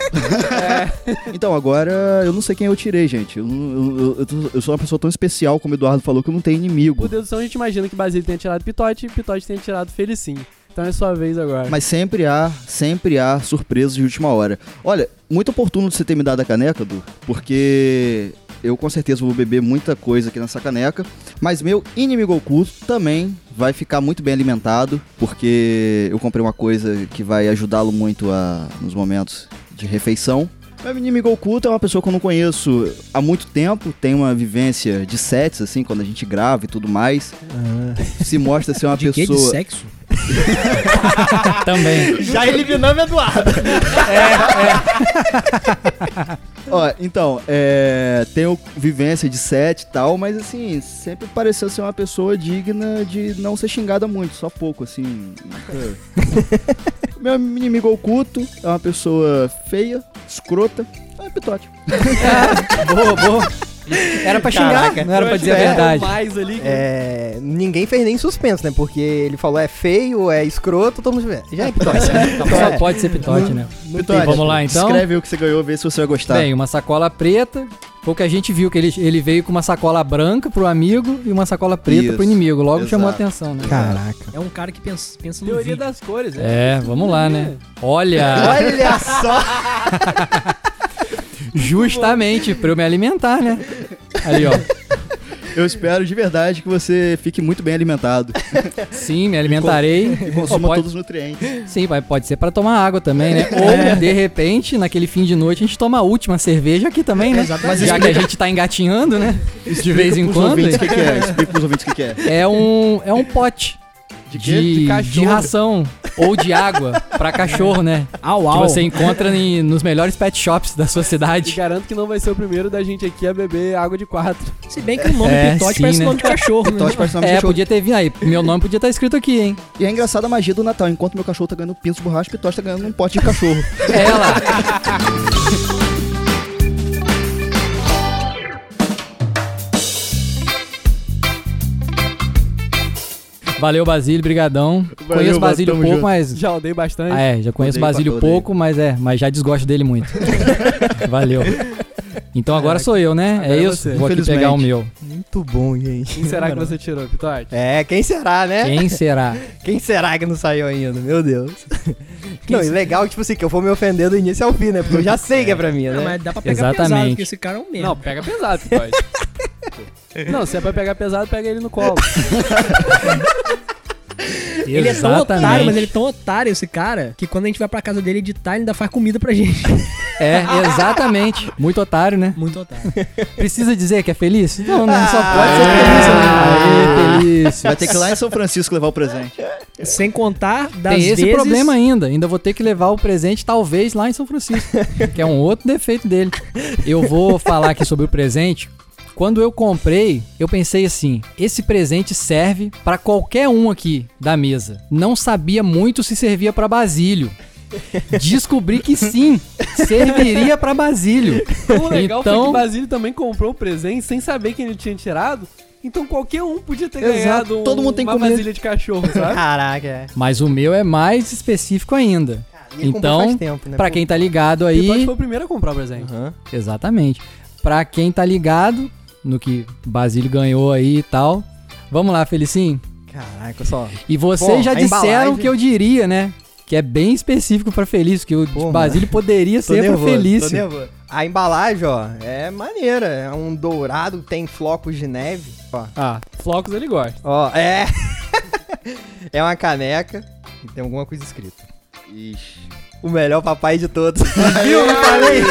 [SPEAKER 4] É.
[SPEAKER 5] Então, agora eu não sei quem eu tirei, gente. Eu, não- eu- eu- eu tô- eu sou uma pessoa tão especial, como o Eduardo falou, que eu não tenho
[SPEAKER 1] Por
[SPEAKER 5] inimigo.
[SPEAKER 1] dedução, a gente imagina que Basílio tenha tirado Pitote e Pitote tenha tirado Felicinho. Então é sua vez agora.
[SPEAKER 5] Mas sempre há, sempre há surpresas de última hora. Olha, muito oportuno você ter me dado a caneca, Du, porque eu com certeza vou beber muita coisa aqui nessa caneca, mas meu inimigo oculto também vai ficar muito bem alimentado, porque eu comprei uma coisa que vai ajudá-lo muito a, nos momentos de refeição. Meu inimigo oculto é uma pessoa que eu não conheço há muito tempo, tem uma vivência de sets, assim, quando a gente grava e tudo mais. Se mostra ser uma
[SPEAKER 4] Ah. De quê? De
[SPEAKER 5] pessoa.
[SPEAKER 4] sexo?
[SPEAKER 3] Também.
[SPEAKER 2] Já eliminamos Eduardo.
[SPEAKER 5] Ó, então, é, tenho vivência de set e tal, mas assim, sempre pareceu ser uma pessoa digna de não ser xingada muito, só pouco, assim. nunca- Meu inimigo oculto é uma pessoa feia, escrota, é pitote.
[SPEAKER 3] boa, boa. Era pra xingar,
[SPEAKER 2] Caraca.
[SPEAKER 3] não era pra dizer a
[SPEAKER 5] É.
[SPEAKER 3] verdade.
[SPEAKER 1] mais ali que-
[SPEAKER 2] É, ninguém fez nem suspenso, né? Porque ele falou é feio, é escroto, todo mundo. Já é pitote.
[SPEAKER 5] É.
[SPEAKER 3] Só pode ser pitote, né?
[SPEAKER 5] Pitote,
[SPEAKER 3] Vamos lá, então?
[SPEAKER 5] Escreve tá. o que você ganhou, vê se você vai gostar.
[SPEAKER 3] Bem, uma sacola preta. Foi o que a gente viu, que ele, ele veio com uma sacola branca pro amigo e uma sacola preta
[SPEAKER 5] Isso,
[SPEAKER 3] pro inimigo. Logo chamou a
[SPEAKER 5] exato.
[SPEAKER 3] atenção, né?
[SPEAKER 4] Caraca. É um cara que pensa, pensa no
[SPEAKER 1] Teoria
[SPEAKER 4] vídeo.
[SPEAKER 1] das cores, né?
[SPEAKER 3] É, vamos lá, né? Olha,
[SPEAKER 2] Olha só.
[SPEAKER 3] justamente pra eu me alimentar, né? Aí, ó.
[SPEAKER 5] Eu espero de verdade que você fique muito bem alimentado
[SPEAKER 3] Sim, me alimentarei.
[SPEAKER 5] e consuma
[SPEAKER 3] Ó, pode-
[SPEAKER 5] todos os nutrientes.
[SPEAKER 3] Sim, mas pode ser pra tomar água também, né? Ou, de repente, naquele fim de noite, a gente toma a última cerveja aqui também, né?
[SPEAKER 5] Mas
[SPEAKER 3] Já
[SPEAKER 5] explica-
[SPEAKER 3] que a gente tá engatinhando, né? De vez em
[SPEAKER 5] Pros
[SPEAKER 3] quando.
[SPEAKER 5] ouvintes o que, que é, explica pros ouvintes o que, que é.
[SPEAKER 3] É um, é um pote
[SPEAKER 5] De quê?
[SPEAKER 3] de, de,
[SPEAKER 1] cachorro.
[SPEAKER 3] ração ou de água pra cachorro, né?
[SPEAKER 4] Au,
[SPEAKER 3] Que
[SPEAKER 4] au.
[SPEAKER 3] você encontra em- nos melhores pet shops da sua
[SPEAKER 1] E
[SPEAKER 3] cidade.
[SPEAKER 1] garanto que não vai ser o primeiro da gente aqui a beber água de quatro.
[SPEAKER 4] Se bem que o nome
[SPEAKER 3] É,
[SPEAKER 4] Pitote
[SPEAKER 3] sim,
[SPEAKER 4] parece
[SPEAKER 3] né?
[SPEAKER 4] nome de cachorro, né?
[SPEAKER 5] Pitote parece nome de
[SPEAKER 3] É,
[SPEAKER 5] cachorro.
[SPEAKER 3] podia ter vindo aí. Meu nome podia estar escrito aqui, hein?
[SPEAKER 5] E é engraçado a magia do Natal. Enquanto meu cachorro tá ganhando pinto de borracha, o Pitote tá ganhando um pote de cachorro.
[SPEAKER 3] Ela. Valeu, Basílio, brigadão. conheço o Basílio um
[SPEAKER 5] tamo
[SPEAKER 3] pouco,
[SPEAKER 5] junto.
[SPEAKER 3] mas...
[SPEAKER 1] Já odeio bastante.
[SPEAKER 3] Ah, é, já conheço o
[SPEAKER 5] Odeio
[SPEAKER 3] Basílio
[SPEAKER 5] pra todo
[SPEAKER 3] pouco, mas é, mas já desgosto dele muito. Valeu. Então agora sou eu, né?
[SPEAKER 1] Agora
[SPEAKER 3] É
[SPEAKER 1] é
[SPEAKER 3] isso?
[SPEAKER 1] você.
[SPEAKER 3] Vou aqui pegar o meu.
[SPEAKER 2] Muito bom, gente.
[SPEAKER 1] Quem será que você tirou, Pitote?
[SPEAKER 2] É, quem será, né?
[SPEAKER 3] Quem será?
[SPEAKER 2] Quem será que não saiu ainda? Meu Deus. não, e
[SPEAKER 4] será?
[SPEAKER 2] legal, tipo assim, que eu vou me ofender do início ao fim, né? Porque eu já sei que é pra mim,
[SPEAKER 4] Não,
[SPEAKER 2] né?
[SPEAKER 4] mas dá pra pegar
[SPEAKER 3] Exatamente.
[SPEAKER 4] pesado, porque esse cara é um merda.
[SPEAKER 1] Não, pega pesado, Pitote. não, se é pra pegar pesado, pega ele no colo.
[SPEAKER 4] Ele é tão otário, mas ele é tão otário, esse cara, que quando a gente vai pra casa dele editar, ele ainda faz comida pra gente.
[SPEAKER 3] É, exatamente. Muito otário, né?
[SPEAKER 4] Muito otário.
[SPEAKER 3] Precisa dizer que é feliz? Não, não, só pode
[SPEAKER 5] Ah,
[SPEAKER 3] ser feliz.
[SPEAKER 5] é.
[SPEAKER 3] né? Aê, feliz.
[SPEAKER 5] Vai ter que ir lá em São Francisco levar o presente.
[SPEAKER 4] Sem contar das
[SPEAKER 3] Tem esse
[SPEAKER 4] vezes...
[SPEAKER 3] problema ainda. Ainda vou ter que levar o presente, talvez, lá em São Francisco. que é um outro defeito dele. Eu vou falar aqui sobre o presente. Quando eu comprei, eu pensei assim: esse presente serve pra qualquer um aqui da mesa. Não sabia muito se servia pra Basílio. Descobri que sim, serviria pra Basílio.
[SPEAKER 1] O legal foi que
[SPEAKER 3] Então-
[SPEAKER 1] o Basílio também comprou o presente sem saber quem ele tinha tirado. Então qualquer um podia ter
[SPEAKER 5] Exato,
[SPEAKER 1] ganhado um-
[SPEAKER 5] todo mundo tem que
[SPEAKER 1] uma
[SPEAKER 5] comer.
[SPEAKER 1] vasilha de cachorro, sabe?
[SPEAKER 2] Caraca, é.
[SPEAKER 3] Mas o meu é mais específico ainda.
[SPEAKER 2] E comprou
[SPEAKER 3] Então,
[SPEAKER 2] faz tempo, né?
[SPEAKER 3] Pra quem tá ligado aí.
[SPEAKER 1] Pitote foi o primeiro a comprar o presente.
[SPEAKER 2] Aham.
[SPEAKER 3] Exatamente. Pra quem tá ligado no que Basílio ganhou aí e tal, vamos lá, Felicinho.
[SPEAKER 2] Caraca, só.
[SPEAKER 3] E vocês
[SPEAKER 2] Bom,
[SPEAKER 3] já
[SPEAKER 2] a
[SPEAKER 3] disseram
[SPEAKER 2] embalagem-
[SPEAKER 3] o que eu diria, né? Que é bem específico pra Felício, que o
[SPEAKER 2] Pô,
[SPEAKER 3] Basílio poderia ser pro
[SPEAKER 2] tô
[SPEAKER 3] Felício.
[SPEAKER 2] nervoso. A embalagem, ó, é maneira. É um dourado, tem flocos de neve. Ó,
[SPEAKER 1] Ah, flocos ele gosta.
[SPEAKER 2] ó é. é uma caneca e tem alguma coisa escrita.
[SPEAKER 5] Ixi.
[SPEAKER 2] O melhor papai de todos. Viu? Eu falei.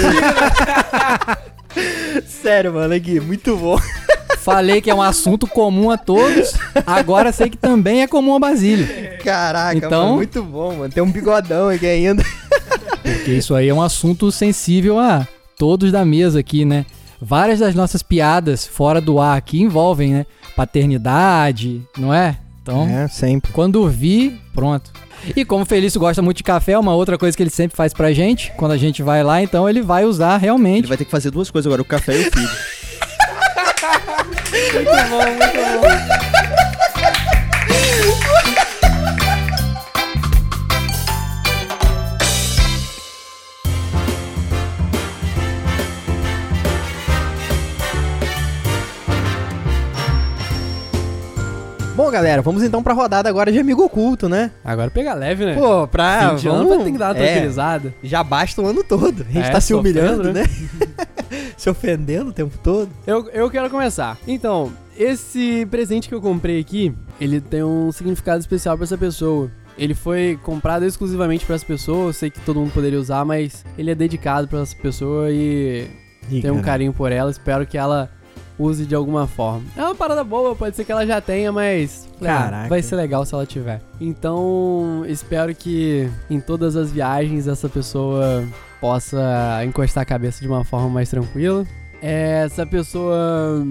[SPEAKER 2] Sério, mano, aqui, muito bom.
[SPEAKER 3] Falei que é um assunto comum a todos, agora sei que também é comum a Basílio.
[SPEAKER 2] Caraca,
[SPEAKER 3] Então-
[SPEAKER 2] mano, muito bom, mano. Tem um bigodão aqui ainda.
[SPEAKER 3] Porque isso aí é um assunto sensível a todos da mesa aqui, né? Várias das nossas piadas fora do ar aqui envolvem, né? Paternidade, não é? Então,
[SPEAKER 2] sempre.
[SPEAKER 3] Quando vi, pronto. E como o Felício gosta muito de café, é uma outra coisa que ele sempre faz pra gente, quando a gente vai lá, então ele vai usar
[SPEAKER 5] Ele
[SPEAKER 3] realmente.
[SPEAKER 5] vai ter que fazer duas coisas agora, o café e o filho.
[SPEAKER 2] Bom, galera, vamos então pra rodada agora de amigo oculto, né?
[SPEAKER 1] Agora pega leve, né?
[SPEAKER 2] Pô, pra.
[SPEAKER 1] Fim de ano vai ter que dar uma
[SPEAKER 2] é,
[SPEAKER 1] tranquilizada.
[SPEAKER 2] já basta o ano todo. A gente
[SPEAKER 1] É,
[SPEAKER 2] tá se
[SPEAKER 1] sofrendo,
[SPEAKER 2] humilhando,
[SPEAKER 1] né?
[SPEAKER 2] né? se ofendendo o tempo todo.
[SPEAKER 1] Eu, eu quero começar. Então, esse presente que eu comprei aqui, ele tem um significado especial pra essa pessoa. Ele foi comprado exclusivamente pra essa pessoa, eu sei que todo mundo poderia usar, mas ele é dedicado pra essa pessoa e
[SPEAKER 2] Ih,
[SPEAKER 1] tenho um
[SPEAKER 2] cara.
[SPEAKER 1] carinho por ela, espero que ela use de alguma forma. É uma parada boa, pode ser que ela já tenha, mas falei, ah,
[SPEAKER 2] Caraca.
[SPEAKER 1] vai ser legal se ela tiver. Então, espero que em todas as viagens essa pessoa possa encostar a cabeça de uma forma mais tranquila. É, Essa pessoa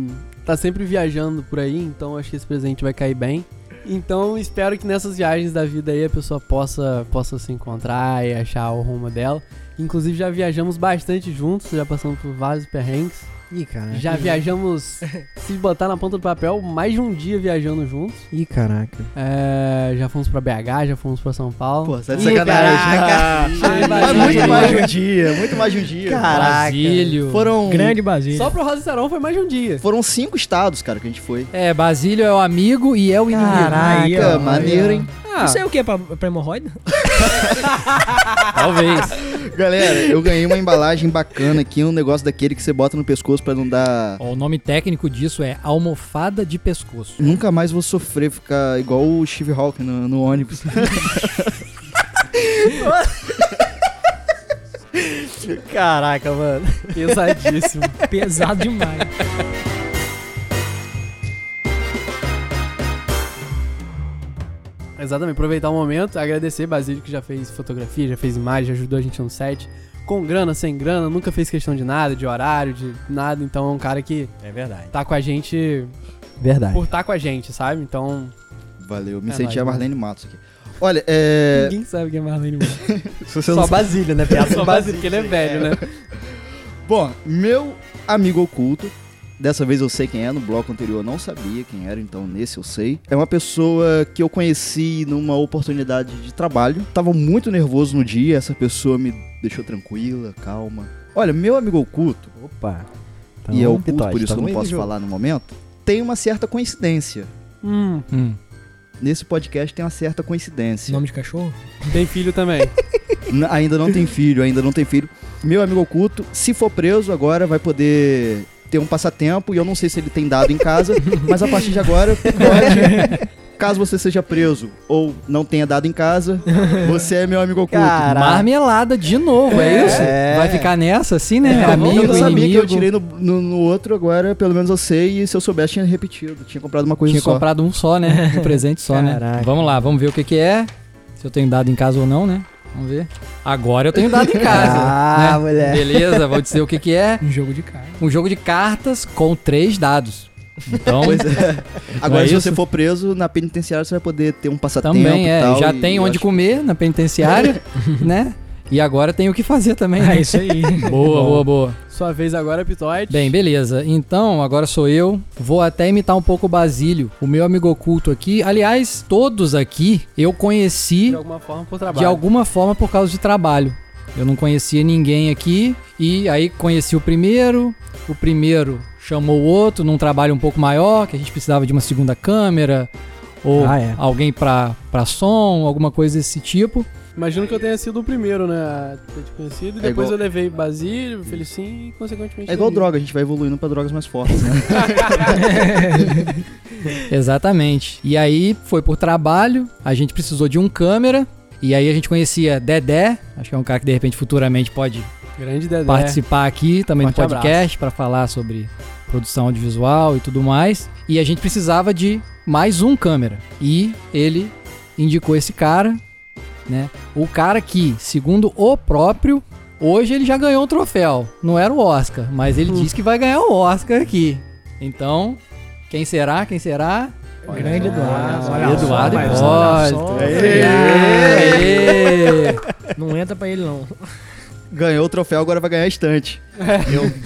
[SPEAKER 1] tá sempre viajando por aí, então acho que esse presente vai cair bem. Então espero que nessas viagens da vida aí a pessoa possa, possa se encontrar e achar o rumo dela. Inclusive já viajamos bastante juntos, já passamos por vários perrengues.
[SPEAKER 2] Ih, caraca.
[SPEAKER 1] Já viajamos, se botar na ponta do papel, mais de um dia viajando juntos.
[SPEAKER 2] Ih, caraca.
[SPEAKER 1] É, já fomos pra BH, já fomos pra São Paulo.
[SPEAKER 5] Pô, tá de
[SPEAKER 2] Ih,
[SPEAKER 5] sacanagem.
[SPEAKER 2] caraca.
[SPEAKER 1] Ai,
[SPEAKER 5] Ah,
[SPEAKER 1] Basílio.
[SPEAKER 5] muito mais de um dia, muito mais de um dia.
[SPEAKER 2] Caraca.
[SPEAKER 3] Basílio.
[SPEAKER 5] Foram,
[SPEAKER 4] Grande Basílio.
[SPEAKER 1] Só pro Rosarão foi mais de um dia.
[SPEAKER 5] foram cinco estados, cara, que a gente foi.
[SPEAKER 3] É, Basílio é o amigo e é o inimigo.
[SPEAKER 4] Caraca,
[SPEAKER 5] Caraca,
[SPEAKER 4] olha.
[SPEAKER 5] maneiro, hein?
[SPEAKER 1] Ah,
[SPEAKER 4] Isso é o que? Pra, pra hemorroida?
[SPEAKER 3] Talvez.
[SPEAKER 5] Galera, eu ganhei uma embalagem bacana aqui, um negócio daquele que você bota no pescoço pra não dar.
[SPEAKER 3] Ó, o nome técnico disso é almofada de pescoço.
[SPEAKER 5] Nunca mais vou sofrer ficar igual o Steve Hawking no, no ônibus.
[SPEAKER 2] Caraca, mano.
[SPEAKER 1] é- pesadíssimo.
[SPEAKER 4] Pesado demais.
[SPEAKER 1] Exatamente, aproveitar o momento, agradecer Basílio que já fez fotografia, já fez imagem, já ajudou a gente no set. Com grana, sem grana, nunca fez questão de nada, de horário, de nada. Então é um cara que
[SPEAKER 2] É verdade.
[SPEAKER 1] tá com a gente
[SPEAKER 2] Verdade.
[SPEAKER 1] por tá com a gente, sabe? Então.
[SPEAKER 5] Valeu, me
[SPEAKER 1] É nóis,
[SPEAKER 5] senti a
[SPEAKER 1] mano.
[SPEAKER 5] Marlene Matos aqui. Olha, é.
[SPEAKER 1] Ninguém sabe quem é Marlene Moura.
[SPEAKER 5] se você não
[SPEAKER 2] Só Basílio, né? Piada
[SPEAKER 1] Só
[SPEAKER 2] do
[SPEAKER 1] Basílio,
[SPEAKER 2] Basílio.
[SPEAKER 1] porque ele é velho, né?
[SPEAKER 5] Bom, meu amigo oculto, dessa vez eu sei quem é, no bloco anterior eu não sabia quem era, então nesse eu sei. É uma pessoa que eu conheci numa oportunidade de trabalho. Tava muito nervoso no dia, essa pessoa me deixou tranquila, calma. Olha, meu amigo oculto,
[SPEAKER 2] Opa.
[SPEAKER 5] e é
[SPEAKER 2] o
[SPEAKER 5] oculto, por isso eu não posso falar no momento, tem uma certa coincidência.
[SPEAKER 1] Hum,
[SPEAKER 3] Hum.
[SPEAKER 5] Nesse podcast tem uma certa coincidência.
[SPEAKER 4] Nome de cachorro?
[SPEAKER 1] tem filho também.
[SPEAKER 5] N- ainda não tem filho, ainda não tem filho. Meu amigo oculto, se for preso agora, vai poder ter um passatempo. E eu não sei se ele tem dado em casa, mas a partir de agora, pode. Caso você seja preso ou não tenha dado em casa, você é meu amigo oculto.
[SPEAKER 2] Cara,
[SPEAKER 3] Marmelada de novo, é,
[SPEAKER 2] É.
[SPEAKER 3] isso?
[SPEAKER 2] É.
[SPEAKER 3] Vai ficar nessa assim, né?
[SPEAKER 5] É, eu
[SPEAKER 3] amigo,
[SPEAKER 5] não sabia que eu
[SPEAKER 3] inimigo.
[SPEAKER 5] tirei no, no- no outro, agora pelo menos eu sei. E se eu soubesse, tinha repetido. Tinha comprado uma coisa
[SPEAKER 3] Tinha
[SPEAKER 5] só.
[SPEAKER 3] comprado um só, né? Um presente só, né?
[SPEAKER 2] Caraca.
[SPEAKER 3] Vamos lá, vamos ver o que que é. Se eu tenho dado em casa ou não, né? Vamos ver. Agora eu tenho dado em casa.
[SPEAKER 2] Ah,
[SPEAKER 3] né?
[SPEAKER 2] mulher.
[SPEAKER 3] Beleza, vou dizer o que que é.
[SPEAKER 4] Um jogo de cara.
[SPEAKER 3] Um jogo de cartas com três dados. Então,
[SPEAKER 5] Pois é. Agora,
[SPEAKER 3] é
[SPEAKER 5] se
[SPEAKER 3] isso?
[SPEAKER 5] você for preso, na penitenciária você vai poder ter um passatempo
[SPEAKER 3] também é.
[SPEAKER 5] e tal.
[SPEAKER 3] Já
[SPEAKER 5] e
[SPEAKER 3] tem
[SPEAKER 5] eu
[SPEAKER 3] onde
[SPEAKER 5] acho-
[SPEAKER 3] comer na penitenciária, né? E agora tem o que fazer também.
[SPEAKER 4] É
[SPEAKER 3] né?
[SPEAKER 4] isso aí.
[SPEAKER 3] Boa, boa, boa.
[SPEAKER 1] Sua vez agora, Pitoide.
[SPEAKER 3] Bem, beleza. Então, agora sou eu. Vou até imitar um pouco o Basílio, o meu amigo oculto aqui. Aliás, todos aqui eu conheci
[SPEAKER 1] de alguma forma por trabalho.
[SPEAKER 3] de alguma forma por causa de trabalho. Eu não conhecia ninguém aqui e aí conheci o primeiro, o primeiro chamou o outro num trabalho um pouco maior, que a gente precisava de uma segunda câmera ou
[SPEAKER 2] Ah, é.
[SPEAKER 3] alguém pra pra som, alguma coisa desse tipo.
[SPEAKER 1] Imagino que eu tenha sido o primeiro, né? A ter te conhecido. E
[SPEAKER 5] É
[SPEAKER 1] depois
[SPEAKER 5] igual-
[SPEAKER 1] eu levei Basílio, Felicinho e, consequentemente.
[SPEAKER 5] É igual
[SPEAKER 1] ele.
[SPEAKER 5] droga, a gente vai evoluindo pra drogas mais fortes, né?
[SPEAKER 3] Exatamente. E aí foi por trabalho, a gente precisou de um câmera e aí a gente conhecia Dedé, acho que é um cara que de repente futuramente pode
[SPEAKER 1] Grande Dedé.
[SPEAKER 3] participar aqui também do
[SPEAKER 1] É. Forte
[SPEAKER 3] podcast para falar sobre produção audiovisual e tudo mais. E a gente precisava de mais um câmera. E ele indicou esse cara, né? O cara que, segundo o próprio, hoje ele já ganhou um troféu. Não era o Oscar, mas
[SPEAKER 1] Uhum.
[SPEAKER 3] ele disse que vai ganhar o Oscar aqui. Então, quem será? Quem será?
[SPEAKER 4] Grande Eduardo.
[SPEAKER 1] Ah,
[SPEAKER 4] Olha só,
[SPEAKER 3] Eduardo
[SPEAKER 4] mas olha só.
[SPEAKER 3] Hipólito. Aê!
[SPEAKER 4] Não entra pra ele, não.
[SPEAKER 5] Ganhou o troféu, agora vai ganhar a estante.
[SPEAKER 1] É.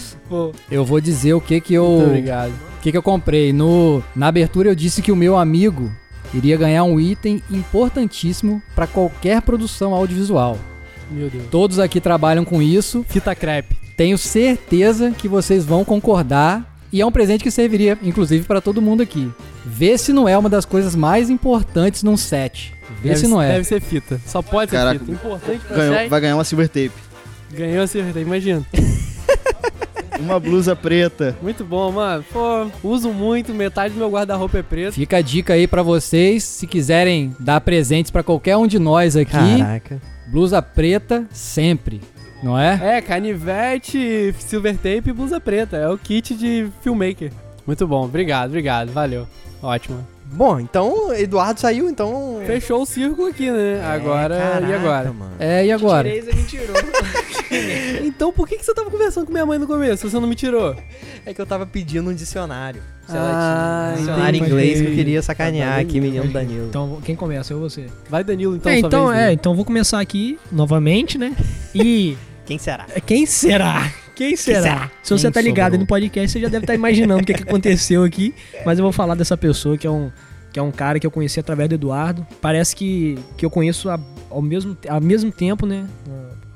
[SPEAKER 3] Eu vou dizer o que que
[SPEAKER 1] Muito
[SPEAKER 3] eu
[SPEAKER 1] obrigado.
[SPEAKER 3] O que, que eu comprei? No, na abertura eu disse que o meu amigo iria ganhar um item importantíssimo para qualquer produção audiovisual.
[SPEAKER 1] Meu Deus.
[SPEAKER 3] Todos aqui trabalham com isso.
[SPEAKER 1] Fita crepe.
[SPEAKER 3] Tenho certeza que vocês vão concordar E é um presente que serviria, inclusive, pra todo mundo aqui. Vê se não é uma das coisas mais importantes num set. Vê
[SPEAKER 1] Deve-
[SPEAKER 3] se não é.
[SPEAKER 1] Deve ser fita. Só pode
[SPEAKER 5] Caraca.
[SPEAKER 1] ser fita. Importante pra
[SPEAKER 5] Ganhou-
[SPEAKER 1] gente.
[SPEAKER 5] vai ganhar uma silver tape.
[SPEAKER 1] Ganhou a fita, imagina.
[SPEAKER 5] Uma blusa preta.
[SPEAKER 1] Muito bom, mano. Pô, uso muito, metade do meu guarda-roupa é preto.
[SPEAKER 3] Fica a dica aí pra vocês, se quiserem dar presentes pra qualquer um de nós aqui,
[SPEAKER 2] Caraca.
[SPEAKER 3] blusa preta sempre, não é?
[SPEAKER 1] É, canivete, silver tape e blusa preta. É o kit de filmmaker. Muito bom, obrigado, obrigado, valeu. Ótimo.
[SPEAKER 2] Bom, então, Eduardo saiu, então. é,
[SPEAKER 1] Fechou o círculo aqui, né? Agora, e agora?
[SPEAKER 2] Mano.
[SPEAKER 3] É, e agora?
[SPEAKER 4] Tereza me tirou.
[SPEAKER 1] Então por que, que você tava conversando com minha mãe no começo? Você não me tirou?
[SPEAKER 2] É que eu tava pedindo um dicionário.
[SPEAKER 1] Ah,
[SPEAKER 2] Se ela tinha um dicionário
[SPEAKER 1] entendi.
[SPEAKER 2] inglês que eu queria sacanear
[SPEAKER 1] Tá bem,
[SPEAKER 2] aqui, menino
[SPEAKER 4] entendi.
[SPEAKER 2] Danilo.
[SPEAKER 4] Então, quem começa? Eu ou você?
[SPEAKER 1] Vai, Danilo, então,
[SPEAKER 4] é,
[SPEAKER 1] sua
[SPEAKER 4] então,
[SPEAKER 1] vez,
[SPEAKER 4] é,
[SPEAKER 1] Danilo.
[SPEAKER 4] então vou começar aqui novamente, né? E
[SPEAKER 2] Quem será?
[SPEAKER 4] quem será? Quem será?
[SPEAKER 2] será?
[SPEAKER 4] Se você
[SPEAKER 2] Quem
[SPEAKER 4] tá ligado
[SPEAKER 2] sobrou?
[SPEAKER 4] no podcast, você já deve estar imaginando o que, que aconteceu aqui. Mas eu vou falar dessa pessoa que é um, que é um cara que eu conheci através do Eduardo. Parece que, que eu conheço a- ao, mesmo, te- ao mesmo tempo, né?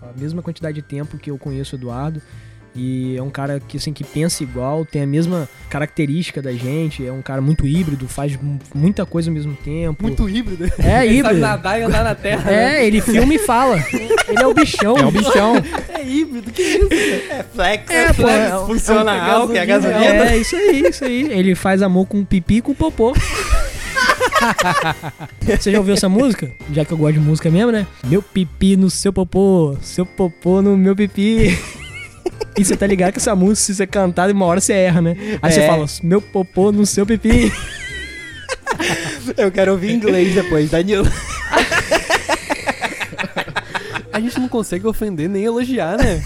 [SPEAKER 4] A- A mesma quantidade de tempo que eu conheço o Eduardo. E é um cara que, assim, que pensa igual, tem a mesma característica da gente. É um cara muito híbrido, faz mu- muita coisa ao mesmo tempo.
[SPEAKER 1] Muito híbrido.
[SPEAKER 4] É
[SPEAKER 1] Ele sabe
[SPEAKER 4] híbrido.
[SPEAKER 1] nadar e andar na terra. né?
[SPEAKER 4] É, ele filma e fala. Ele é o bichão.
[SPEAKER 3] É o bichão.
[SPEAKER 1] É híbrido, que isso?
[SPEAKER 2] É flex.
[SPEAKER 4] É, pô, é um-
[SPEAKER 1] é
[SPEAKER 2] Funciona
[SPEAKER 1] um
[SPEAKER 2] álcool, é
[SPEAKER 1] gasolina.
[SPEAKER 2] gasolina.
[SPEAKER 4] É, isso aí, isso aí. Ele faz amor com pipi e com popô. Você já ouviu essa música? Já que eu gosto de música mesmo, né? Meu pipi no seu popô, seu popô no meu pipi. E você tá ligado que essa música, se você cantar, de uma hora você erra, né? Aí você
[SPEAKER 2] É.
[SPEAKER 4] fala, meu popô no seu pipi.
[SPEAKER 2] Eu quero ouvir inglês depois, Danilo.
[SPEAKER 1] A gente não consegue ofender nem elogiar, né?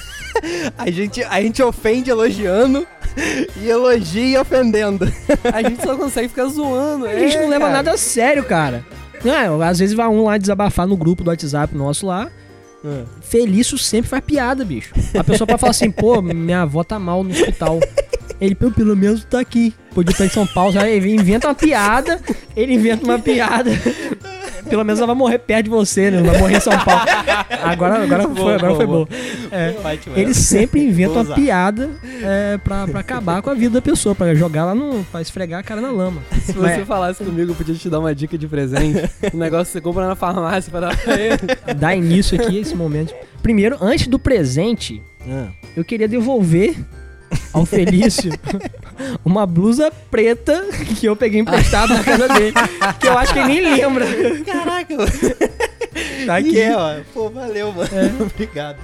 [SPEAKER 2] A gente, a gente ofende elogiando e elogia ofendendo.
[SPEAKER 1] A gente só consegue ficar zoando. É,
[SPEAKER 4] A gente não leva nada a sério, cara. Não, às vezes vai um lá desabafar no grupo do WhatsApp nosso lá.
[SPEAKER 1] É.
[SPEAKER 4] Felício sempre faz piada, bicho. A pessoa pode falar assim, pô, minha avó tá mal no hospital. Ele, pelo, pelo menos, tá aqui. Podia estar em São Paulo. sabe? Ele inventa uma piada, ele inventa uma piada. Pelo menos ela vai morrer perto de você, né? Não Vai morrer em São Paulo. Agora, agora
[SPEAKER 1] Boa,
[SPEAKER 4] foi, agora
[SPEAKER 1] boa,
[SPEAKER 4] foi
[SPEAKER 1] boa.
[SPEAKER 4] bom. É. Ele sempre inventa uma piada é, pra, pra acabar com a vida da pessoa, pra jogar lá no. pra esfregar a cara na lama.
[SPEAKER 1] Se você
[SPEAKER 4] Mas-
[SPEAKER 1] falasse comigo, eu podia te dar uma dica de presente. um negócio que você compra na farmácia pra dar pra ele.
[SPEAKER 4] dar início aqui a esse momento. Primeiro, antes do presente, eu queria devolver ao Felício uma blusa preta que eu peguei emprestada na casa dele. Que eu acho que ele nem lembra.
[SPEAKER 2] Caraca,
[SPEAKER 4] Tá aqui.
[SPEAKER 2] Ah. aqui é, ó. Pô, valeu, mano.
[SPEAKER 4] É.
[SPEAKER 2] Obrigado.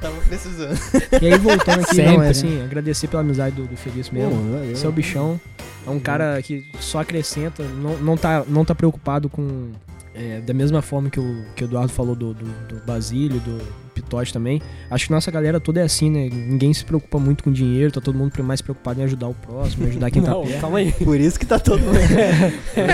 [SPEAKER 2] Tava precisando.
[SPEAKER 4] E aí, voltando aqui,
[SPEAKER 3] Sempre,
[SPEAKER 4] não, é
[SPEAKER 3] né?
[SPEAKER 4] assim, agradecer pela amizade do, do Felício mesmo. Você é o bichão. É um cara que só acrescenta, não, não, tá, não tá preocupado com. é, da mesma forma que o, que o Eduardo falou do, do, do Basílio, do Pitote também. Acho que nossa galera toda é assim, né? Ninguém se preocupa muito com dinheiro, tá todo mundo mais preocupado em ajudar o próximo, ajudar quem tá
[SPEAKER 1] Não,
[SPEAKER 4] perto.
[SPEAKER 1] calma aí.
[SPEAKER 2] Por isso que tá todo mundo.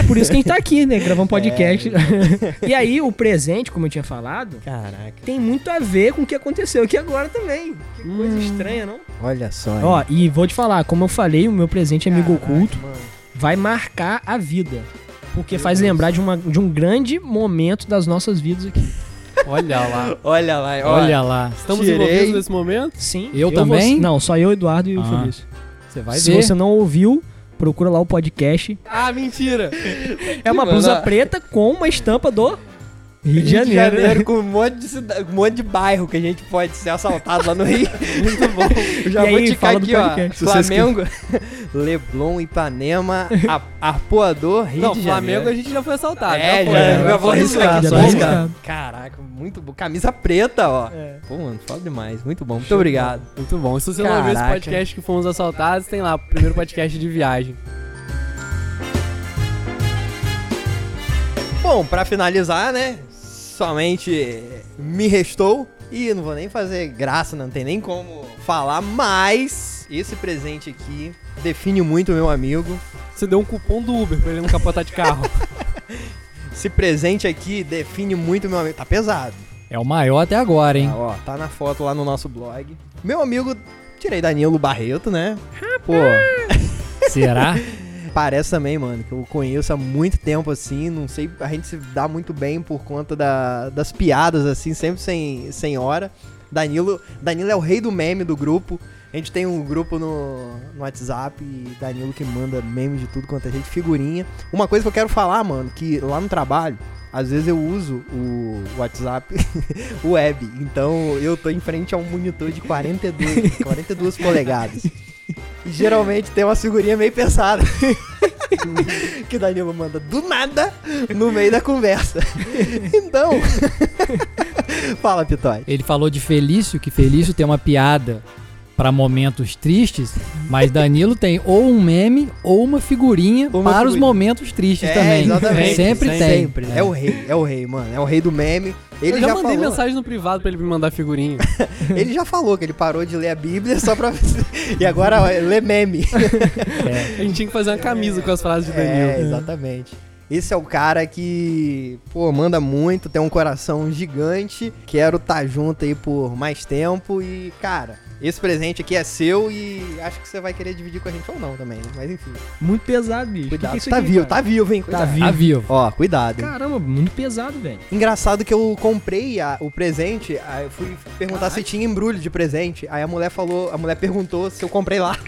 [SPEAKER 4] Por isso que a gente tá aqui, né? Gravando podcast. e aí, o presente, como eu tinha falado,
[SPEAKER 2] Caraca.
[SPEAKER 4] tem muito a ver com o que aconteceu aqui agora também. Que coisa estranha, não?
[SPEAKER 2] Olha só.
[SPEAKER 4] Ó, e vou te falar, como eu falei, o meu presente é amigo oculto
[SPEAKER 2] mano.
[SPEAKER 4] vai marcar a vida. Porque faz lembrar de, uma, de um grande momento das nossas vidas aqui.
[SPEAKER 1] Olha lá.
[SPEAKER 2] Olha lá, olha.
[SPEAKER 3] Olha lá.
[SPEAKER 1] Estamos
[SPEAKER 5] Tirei.
[SPEAKER 1] envolvidos nesse momento?
[SPEAKER 4] Sim.
[SPEAKER 3] Eu também?
[SPEAKER 4] vou- não, só eu, Eduardo e o
[SPEAKER 3] Ah,
[SPEAKER 4] Felício.
[SPEAKER 3] Você vai
[SPEAKER 4] Se
[SPEAKER 3] ver.
[SPEAKER 4] você não ouviu, procura lá o podcast.
[SPEAKER 1] Ah, mentira.
[SPEAKER 4] É uma
[SPEAKER 2] mano,
[SPEAKER 4] blusa
[SPEAKER 2] ó.
[SPEAKER 4] preta com uma estampa do Rio de Janeiro. né?
[SPEAKER 2] Janeiro, com um monte, de cida- um monte de bairro que a gente pode ser assaltado lá no Rio. Muito bom. Eu já
[SPEAKER 4] E
[SPEAKER 2] vou
[SPEAKER 4] aí,
[SPEAKER 2] ticar
[SPEAKER 4] fala do
[SPEAKER 2] aqui, ó.
[SPEAKER 4] podcast.
[SPEAKER 2] Flamengo, Leblon, Ipanema, a- Arpoador, Rio
[SPEAKER 1] não,
[SPEAKER 2] de
[SPEAKER 1] Flamengo
[SPEAKER 2] Janeiro.
[SPEAKER 1] a gente já foi assaltado.
[SPEAKER 2] É,
[SPEAKER 1] foi,
[SPEAKER 2] já,
[SPEAKER 1] né?
[SPEAKER 2] já vou
[SPEAKER 1] foi
[SPEAKER 2] arriscar,
[SPEAKER 1] assaltado.
[SPEAKER 2] só
[SPEAKER 4] já foi
[SPEAKER 2] arriscar.
[SPEAKER 4] arriscado.
[SPEAKER 2] Caraca, muito bom. Camisa preta, ó.
[SPEAKER 4] É.
[SPEAKER 2] Pô, mano, foda demais. Muito bom. Muito obrigado.
[SPEAKER 1] Muito bom. Se você não ouviu esse
[SPEAKER 2] Caraca.
[SPEAKER 1] podcast que fomos assaltados, tem lá, o primeiro podcast de viagem.
[SPEAKER 2] Bom, pra finalizar, né? Somente me restou. E não vou nem fazer graça, não tem nem como falar, mas esse presente aqui define muito meu amigo.
[SPEAKER 1] Você deu um cupom do Uber pra ele não capotar de carro.
[SPEAKER 2] Esse presente aqui define muito meu amigo. Tá pesado.
[SPEAKER 3] É o maior até agora, hein?
[SPEAKER 2] Tá, ó, tá na foto lá no nosso blog. Meu amigo, tirei Danilo Barreto, né? Pô,
[SPEAKER 3] Será?
[SPEAKER 2] parece também, mano, que eu conheço há muito tempo assim. Não sei, a gente se dá muito bem por conta da- das piadas, assim, sempre sem, sem hora. Danilo, Danilo é o rei do meme do grupo. A gente tem um grupo no, no WhatsApp e Danilo que manda memes de tudo quanto é gente, figurinha. Uma coisa que eu quero falar, mano, que lá no trabalho, às vezes eu uso o WhatsApp web. Então eu tô em frente a um monitor de 42, 42 polegadas. E geralmente tem uma figurinha meio pesada. que o Danilo manda do nada no meio da conversa. Então. Fala, Pitoy.
[SPEAKER 3] Ele falou de Felício, que Felício tem uma piada pra momentos tristes, mas Danilo tem ou um meme ou uma figurinha
[SPEAKER 2] Ou uma
[SPEAKER 3] para os
[SPEAKER 2] figurinha.
[SPEAKER 3] momentos tristes também.
[SPEAKER 2] É, exatamente.
[SPEAKER 3] Sempre tem.
[SPEAKER 2] É. o rei, é o rei, mano. É o rei do meme. Ele
[SPEAKER 1] eu já,
[SPEAKER 2] já,
[SPEAKER 1] mandei
[SPEAKER 2] falou,
[SPEAKER 1] mensagem no privado pra ele me mandar figurinha.
[SPEAKER 2] ele já falou que ele parou de ler a Bíblia só pra e agora ó, lê meme.
[SPEAKER 1] A gente tinha que fazer uma camisa com as frases de Danilo.
[SPEAKER 2] É, exatamente. Esse é o cara que, pô, manda muito, tem um coração gigante. Quero estar junto aí por mais tempo. E, cara, esse presente aqui é seu e acho que você vai querer dividir com a gente ou não também. né? Mas enfim,
[SPEAKER 4] Muito pesado, bicho.
[SPEAKER 2] cuidado.
[SPEAKER 4] Que que é isso
[SPEAKER 2] tá
[SPEAKER 4] aqui,
[SPEAKER 2] vivo,
[SPEAKER 4] cara?
[SPEAKER 2] tá vivo, hein? Cuidado.
[SPEAKER 3] Tá vivo.
[SPEAKER 2] Ó, cuidado. hein?
[SPEAKER 4] Caramba, muito pesado, velho.
[SPEAKER 2] Engraçado que eu comprei a- o presente, aí eu fui perguntar se tinha embrulho de presente. Aí a mulher falou, a mulher perguntou se eu comprei lá.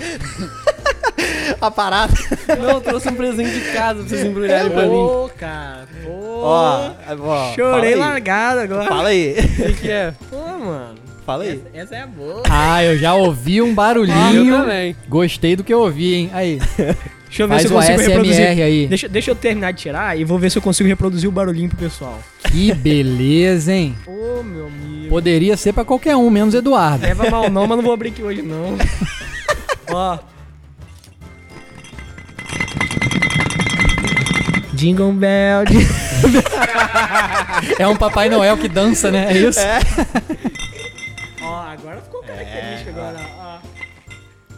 [SPEAKER 2] a parada.
[SPEAKER 1] Não, eu trouxe um presente de casa pra vocês embrulharem pra mim.
[SPEAKER 4] É, Ô, cara. Ô,
[SPEAKER 2] Ó, ó,
[SPEAKER 4] chorei
[SPEAKER 2] fala aí.
[SPEAKER 4] largado agora.
[SPEAKER 2] Fala aí,
[SPEAKER 1] O que, que é?
[SPEAKER 4] Pô, mano.
[SPEAKER 2] fala aí.
[SPEAKER 4] Essa é boa.
[SPEAKER 3] Ah, eu já ouvi um
[SPEAKER 1] Ah, eu
[SPEAKER 3] barulhinho.
[SPEAKER 1] também.
[SPEAKER 3] Gostei do que eu ouvi, hein? Aí,
[SPEAKER 4] Deixa eu ver
[SPEAKER 3] faz
[SPEAKER 4] se eu
[SPEAKER 3] o
[SPEAKER 4] consigo reproduzir.
[SPEAKER 3] ASMR aí.
[SPEAKER 4] Deixa, deixa eu terminar de tirar e vou ver se eu consigo reproduzir o barulhinho pro pessoal.
[SPEAKER 3] Que beleza, hein?
[SPEAKER 4] Ô, meu amigo.
[SPEAKER 3] Poderia ser pra qualquer um, menos Eduardo.
[SPEAKER 4] Leva mal não, mas não vou abrir aqui hoje, não. Ó. Jingle Bell. jingle-
[SPEAKER 3] É um Papai Noel que dança, né? É isso?
[SPEAKER 4] Ó, agora ficou característico agora, ó.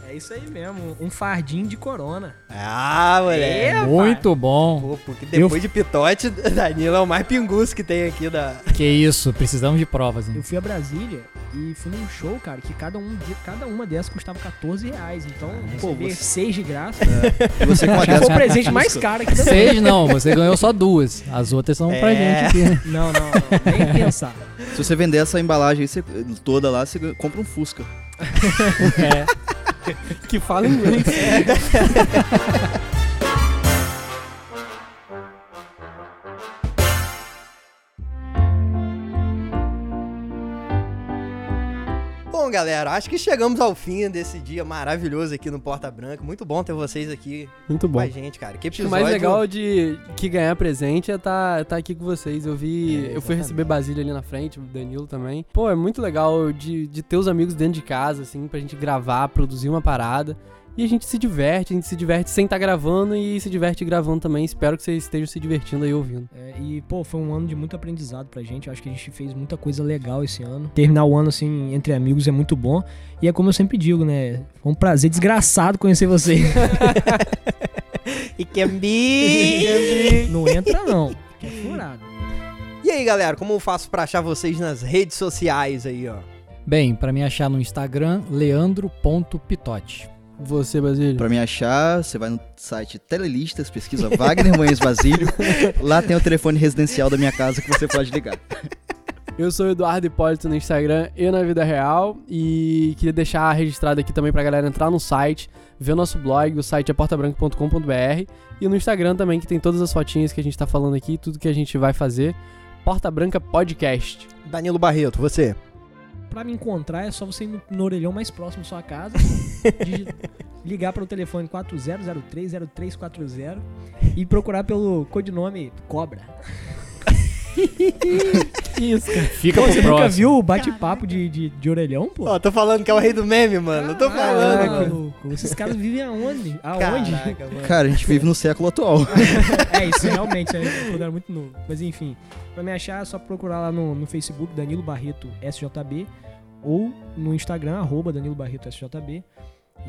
[SPEAKER 4] É isso aí mesmo, um fardinho de corona.
[SPEAKER 2] Ah, moleque.
[SPEAKER 4] É,
[SPEAKER 3] Muito bom.
[SPEAKER 2] Pô, porque depois de Pitote, Danilo é o mais pinguço que tem aqui da.
[SPEAKER 3] Que isso, precisamos de provas, hein?
[SPEAKER 4] Eu fui a Brasília e fui num show, cara, que cada, um, de- cada uma dessas custava 14 reais. Então, pô,
[SPEAKER 5] você-
[SPEAKER 4] seis de graça.
[SPEAKER 5] E você com a
[SPEAKER 4] Acho que
[SPEAKER 5] dessa...
[SPEAKER 4] foi o presente mais caro que deu.
[SPEAKER 3] Seis não, você ganhou só duas. As outras são pra
[SPEAKER 2] É.
[SPEAKER 3] gente aqui, né?
[SPEAKER 4] Não, não, não, nem pensar.
[SPEAKER 5] Se você vender essa embalagem aí, você- toda lá, você compra um Fusca.
[SPEAKER 1] Que fala inglês.
[SPEAKER 2] Bom, galera, acho que chegamos ao fim desse dia maravilhoso aqui no Porta Branca. Muito bom ter vocês aqui
[SPEAKER 1] Muito
[SPEAKER 2] com
[SPEAKER 1] bom.
[SPEAKER 2] a gente, cara. Que
[SPEAKER 1] Acho que
[SPEAKER 2] episódio.
[SPEAKER 1] O mais legal de que ganhar presente é estar tá, tá aqui com vocês. Eu vi.
[SPEAKER 2] É,
[SPEAKER 1] eu fui
[SPEAKER 2] exatamente.
[SPEAKER 1] receber Basílio ali na frente, o Danilo também. Pô, é muito legal de, de ter os amigos dentro de casa, assim, pra gente gravar, produzir uma parada. E a gente se diverte, a gente se diverte sem estar gravando e se diverte gravando também. Espero que vocês estejam se divertindo aí ouvindo.
[SPEAKER 4] É, e, pô, foi um ano de muito aprendizado pra gente. Eu acho que a gente fez muita coisa legal esse ano. Terminar o ano, assim, entre amigos é muito bom. E é como eu sempre digo, né? Foi um prazer desgraçado conhecer vocês.
[SPEAKER 2] E can be.
[SPEAKER 4] Não entra, não. Que é furado.
[SPEAKER 2] e aí, galera, como eu faço pra achar vocês nas redes sociais aí, ó?
[SPEAKER 3] Bem, pra me achar no Instagram, leandro.pitote.
[SPEAKER 1] Você, Basílio.
[SPEAKER 5] Pra me achar, você vai no site Telelistas, pesquisa Wagner Manhães Basílio. Lá tem o telefone residencial da minha casa que você pode ligar.
[SPEAKER 1] Eu sou o Eduardo Hipólito no Instagram e na vida real. E queria deixar registrado aqui também pra galera entrar no site, ver o nosso blog, o site é portabranco.com.br. E no Instagram também, que tem todas as fotinhas que a gente tá falando aqui, tudo que a gente vai fazer. Porta Branca Podcast.
[SPEAKER 2] Danilo Barreto, você.
[SPEAKER 4] Pra me encontrar é só você ir no, no orelhão mais próximo da sua casa, digi- ligar para o telefone 40030340 e procurar pelo codinome Cobra.
[SPEAKER 1] Isso, cara.
[SPEAKER 3] Fica
[SPEAKER 4] Pô,
[SPEAKER 3] pro
[SPEAKER 4] você nunca
[SPEAKER 3] próximo.
[SPEAKER 4] viu o bate-papo de, de, de orelhão, pô?
[SPEAKER 2] Ó, tô falando que é o rei do meme, mano. Tô falando.
[SPEAKER 4] Caraca, maluco. Esses caras vivem aonde? Aonde?
[SPEAKER 2] Caraca, mano.
[SPEAKER 5] Cara, a gente vive no século atual.
[SPEAKER 4] É, isso realmente, é quando era muito novo. Mas enfim, pra me achar é só procurar lá no, no Facebook, Danilo Barreto SJB, ou no Instagram, arroba Danilo Barreto SJB.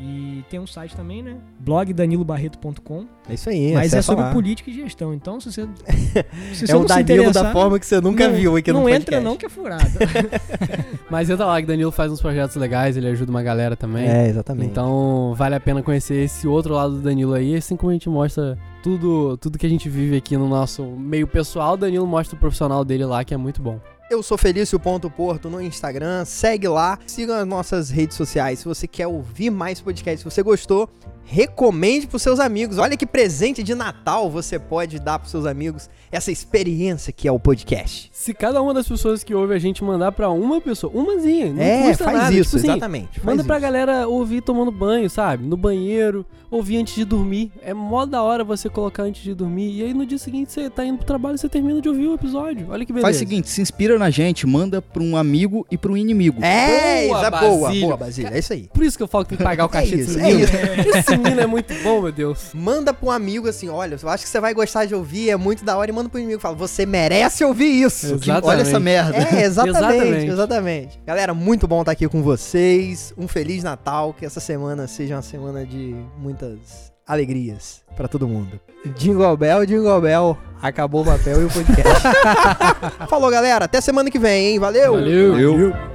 [SPEAKER 4] E tem um site também, né? Blog danilobarreto.com.
[SPEAKER 2] É isso aí,
[SPEAKER 4] Mas é
[SPEAKER 2] acessa
[SPEAKER 4] sobre
[SPEAKER 2] lá.
[SPEAKER 4] política e gestão. Então, se você. Se você
[SPEAKER 2] É o
[SPEAKER 4] não se
[SPEAKER 2] Danilo
[SPEAKER 4] interessar,
[SPEAKER 2] da forma que você nunca
[SPEAKER 4] não-
[SPEAKER 2] viu aqui
[SPEAKER 4] Não
[SPEAKER 2] no podcast.
[SPEAKER 4] entra, não, que é furado.
[SPEAKER 1] Mas entra lá que Danilo faz uns projetos legais, ele ajuda uma galera também.
[SPEAKER 2] É, exatamente.
[SPEAKER 1] Então vale a pena conhecer esse outro lado do Danilo aí, assim como a gente mostra tudo, tudo que a gente vive aqui no nosso meio pessoal, o Danilo mostra o profissional dele lá, que é muito bom.
[SPEAKER 2] Eu sou Felício.porto no Instagram, segue lá, siga as nossas redes sociais. Se você quer ouvir mais podcasts, se você gostou, recomende para seus amigos. Olha que presente de Natal você pode dar para seus amigos essa experiência que é o podcast.
[SPEAKER 1] Se cada uma das pessoas que ouve a gente mandar pra uma pessoa, umazinha, não
[SPEAKER 2] é,
[SPEAKER 1] custa
[SPEAKER 2] faz
[SPEAKER 1] nada.
[SPEAKER 2] isso,
[SPEAKER 1] tipo assim,
[SPEAKER 2] exatamente.
[SPEAKER 1] Manda
[SPEAKER 2] faz
[SPEAKER 1] pra
[SPEAKER 2] isso.
[SPEAKER 1] galera ouvir tomando banho, sabe? No banheiro, ouvir antes de dormir. É mó da hora você colocar antes de dormir. E aí no dia seguinte você tá indo pro trabalho e você termina de ouvir o episódio. Olha que beleza.
[SPEAKER 5] Faz o seguinte, se inspira na gente, manda pra um amigo e pra um inimigo.
[SPEAKER 2] É,
[SPEAKER 1] Boa,
[SPEAKER 2] boa, boa,
[SPEAKER 1] Basílio.
[SPEAKER 2] boa, Basílio, é isso aí.
[SPEAKER 1] Por isso que eu falo que tem que pagar o cachê
[SPEAKER 2] É
[SPEAKER 1] desse
[SPEAKER 2] isso, é
[SPEAKER 1] menino.
[SPEAKER 2] isso.
[SPEAKER 1] Esse menino é muito bom, meu Deus.
[SPEAKER 2] Manda pra um amigo assim, olha, eu acho que você vai gostar de ouvir, é muito da hora, e manda pro inimigo, fala, você merece ouvir isso.
[SPEAKER 1] Exato.
[SPEAKER 5] Olha essa
[SPEAKER 1] exatamente.
[SPEAKER 5] merda.
[SPEAKER 2] É, exatamente,
[SPEAKER 1] Exatamente.
[SPEAKER 2] exatamente. Galera, muito bom estar aqui com vocês. Um feliz Natal, que essa semana seja uma semana de muitas alegrias pra todo mundo. Jingle Bell, Jingle Bell, acabou o papel e o podcast. Falou, galera, até semana que vem, hein? Valeu.
[SPEAKER 1] Valeu.
[SPEAKER 5] Eu-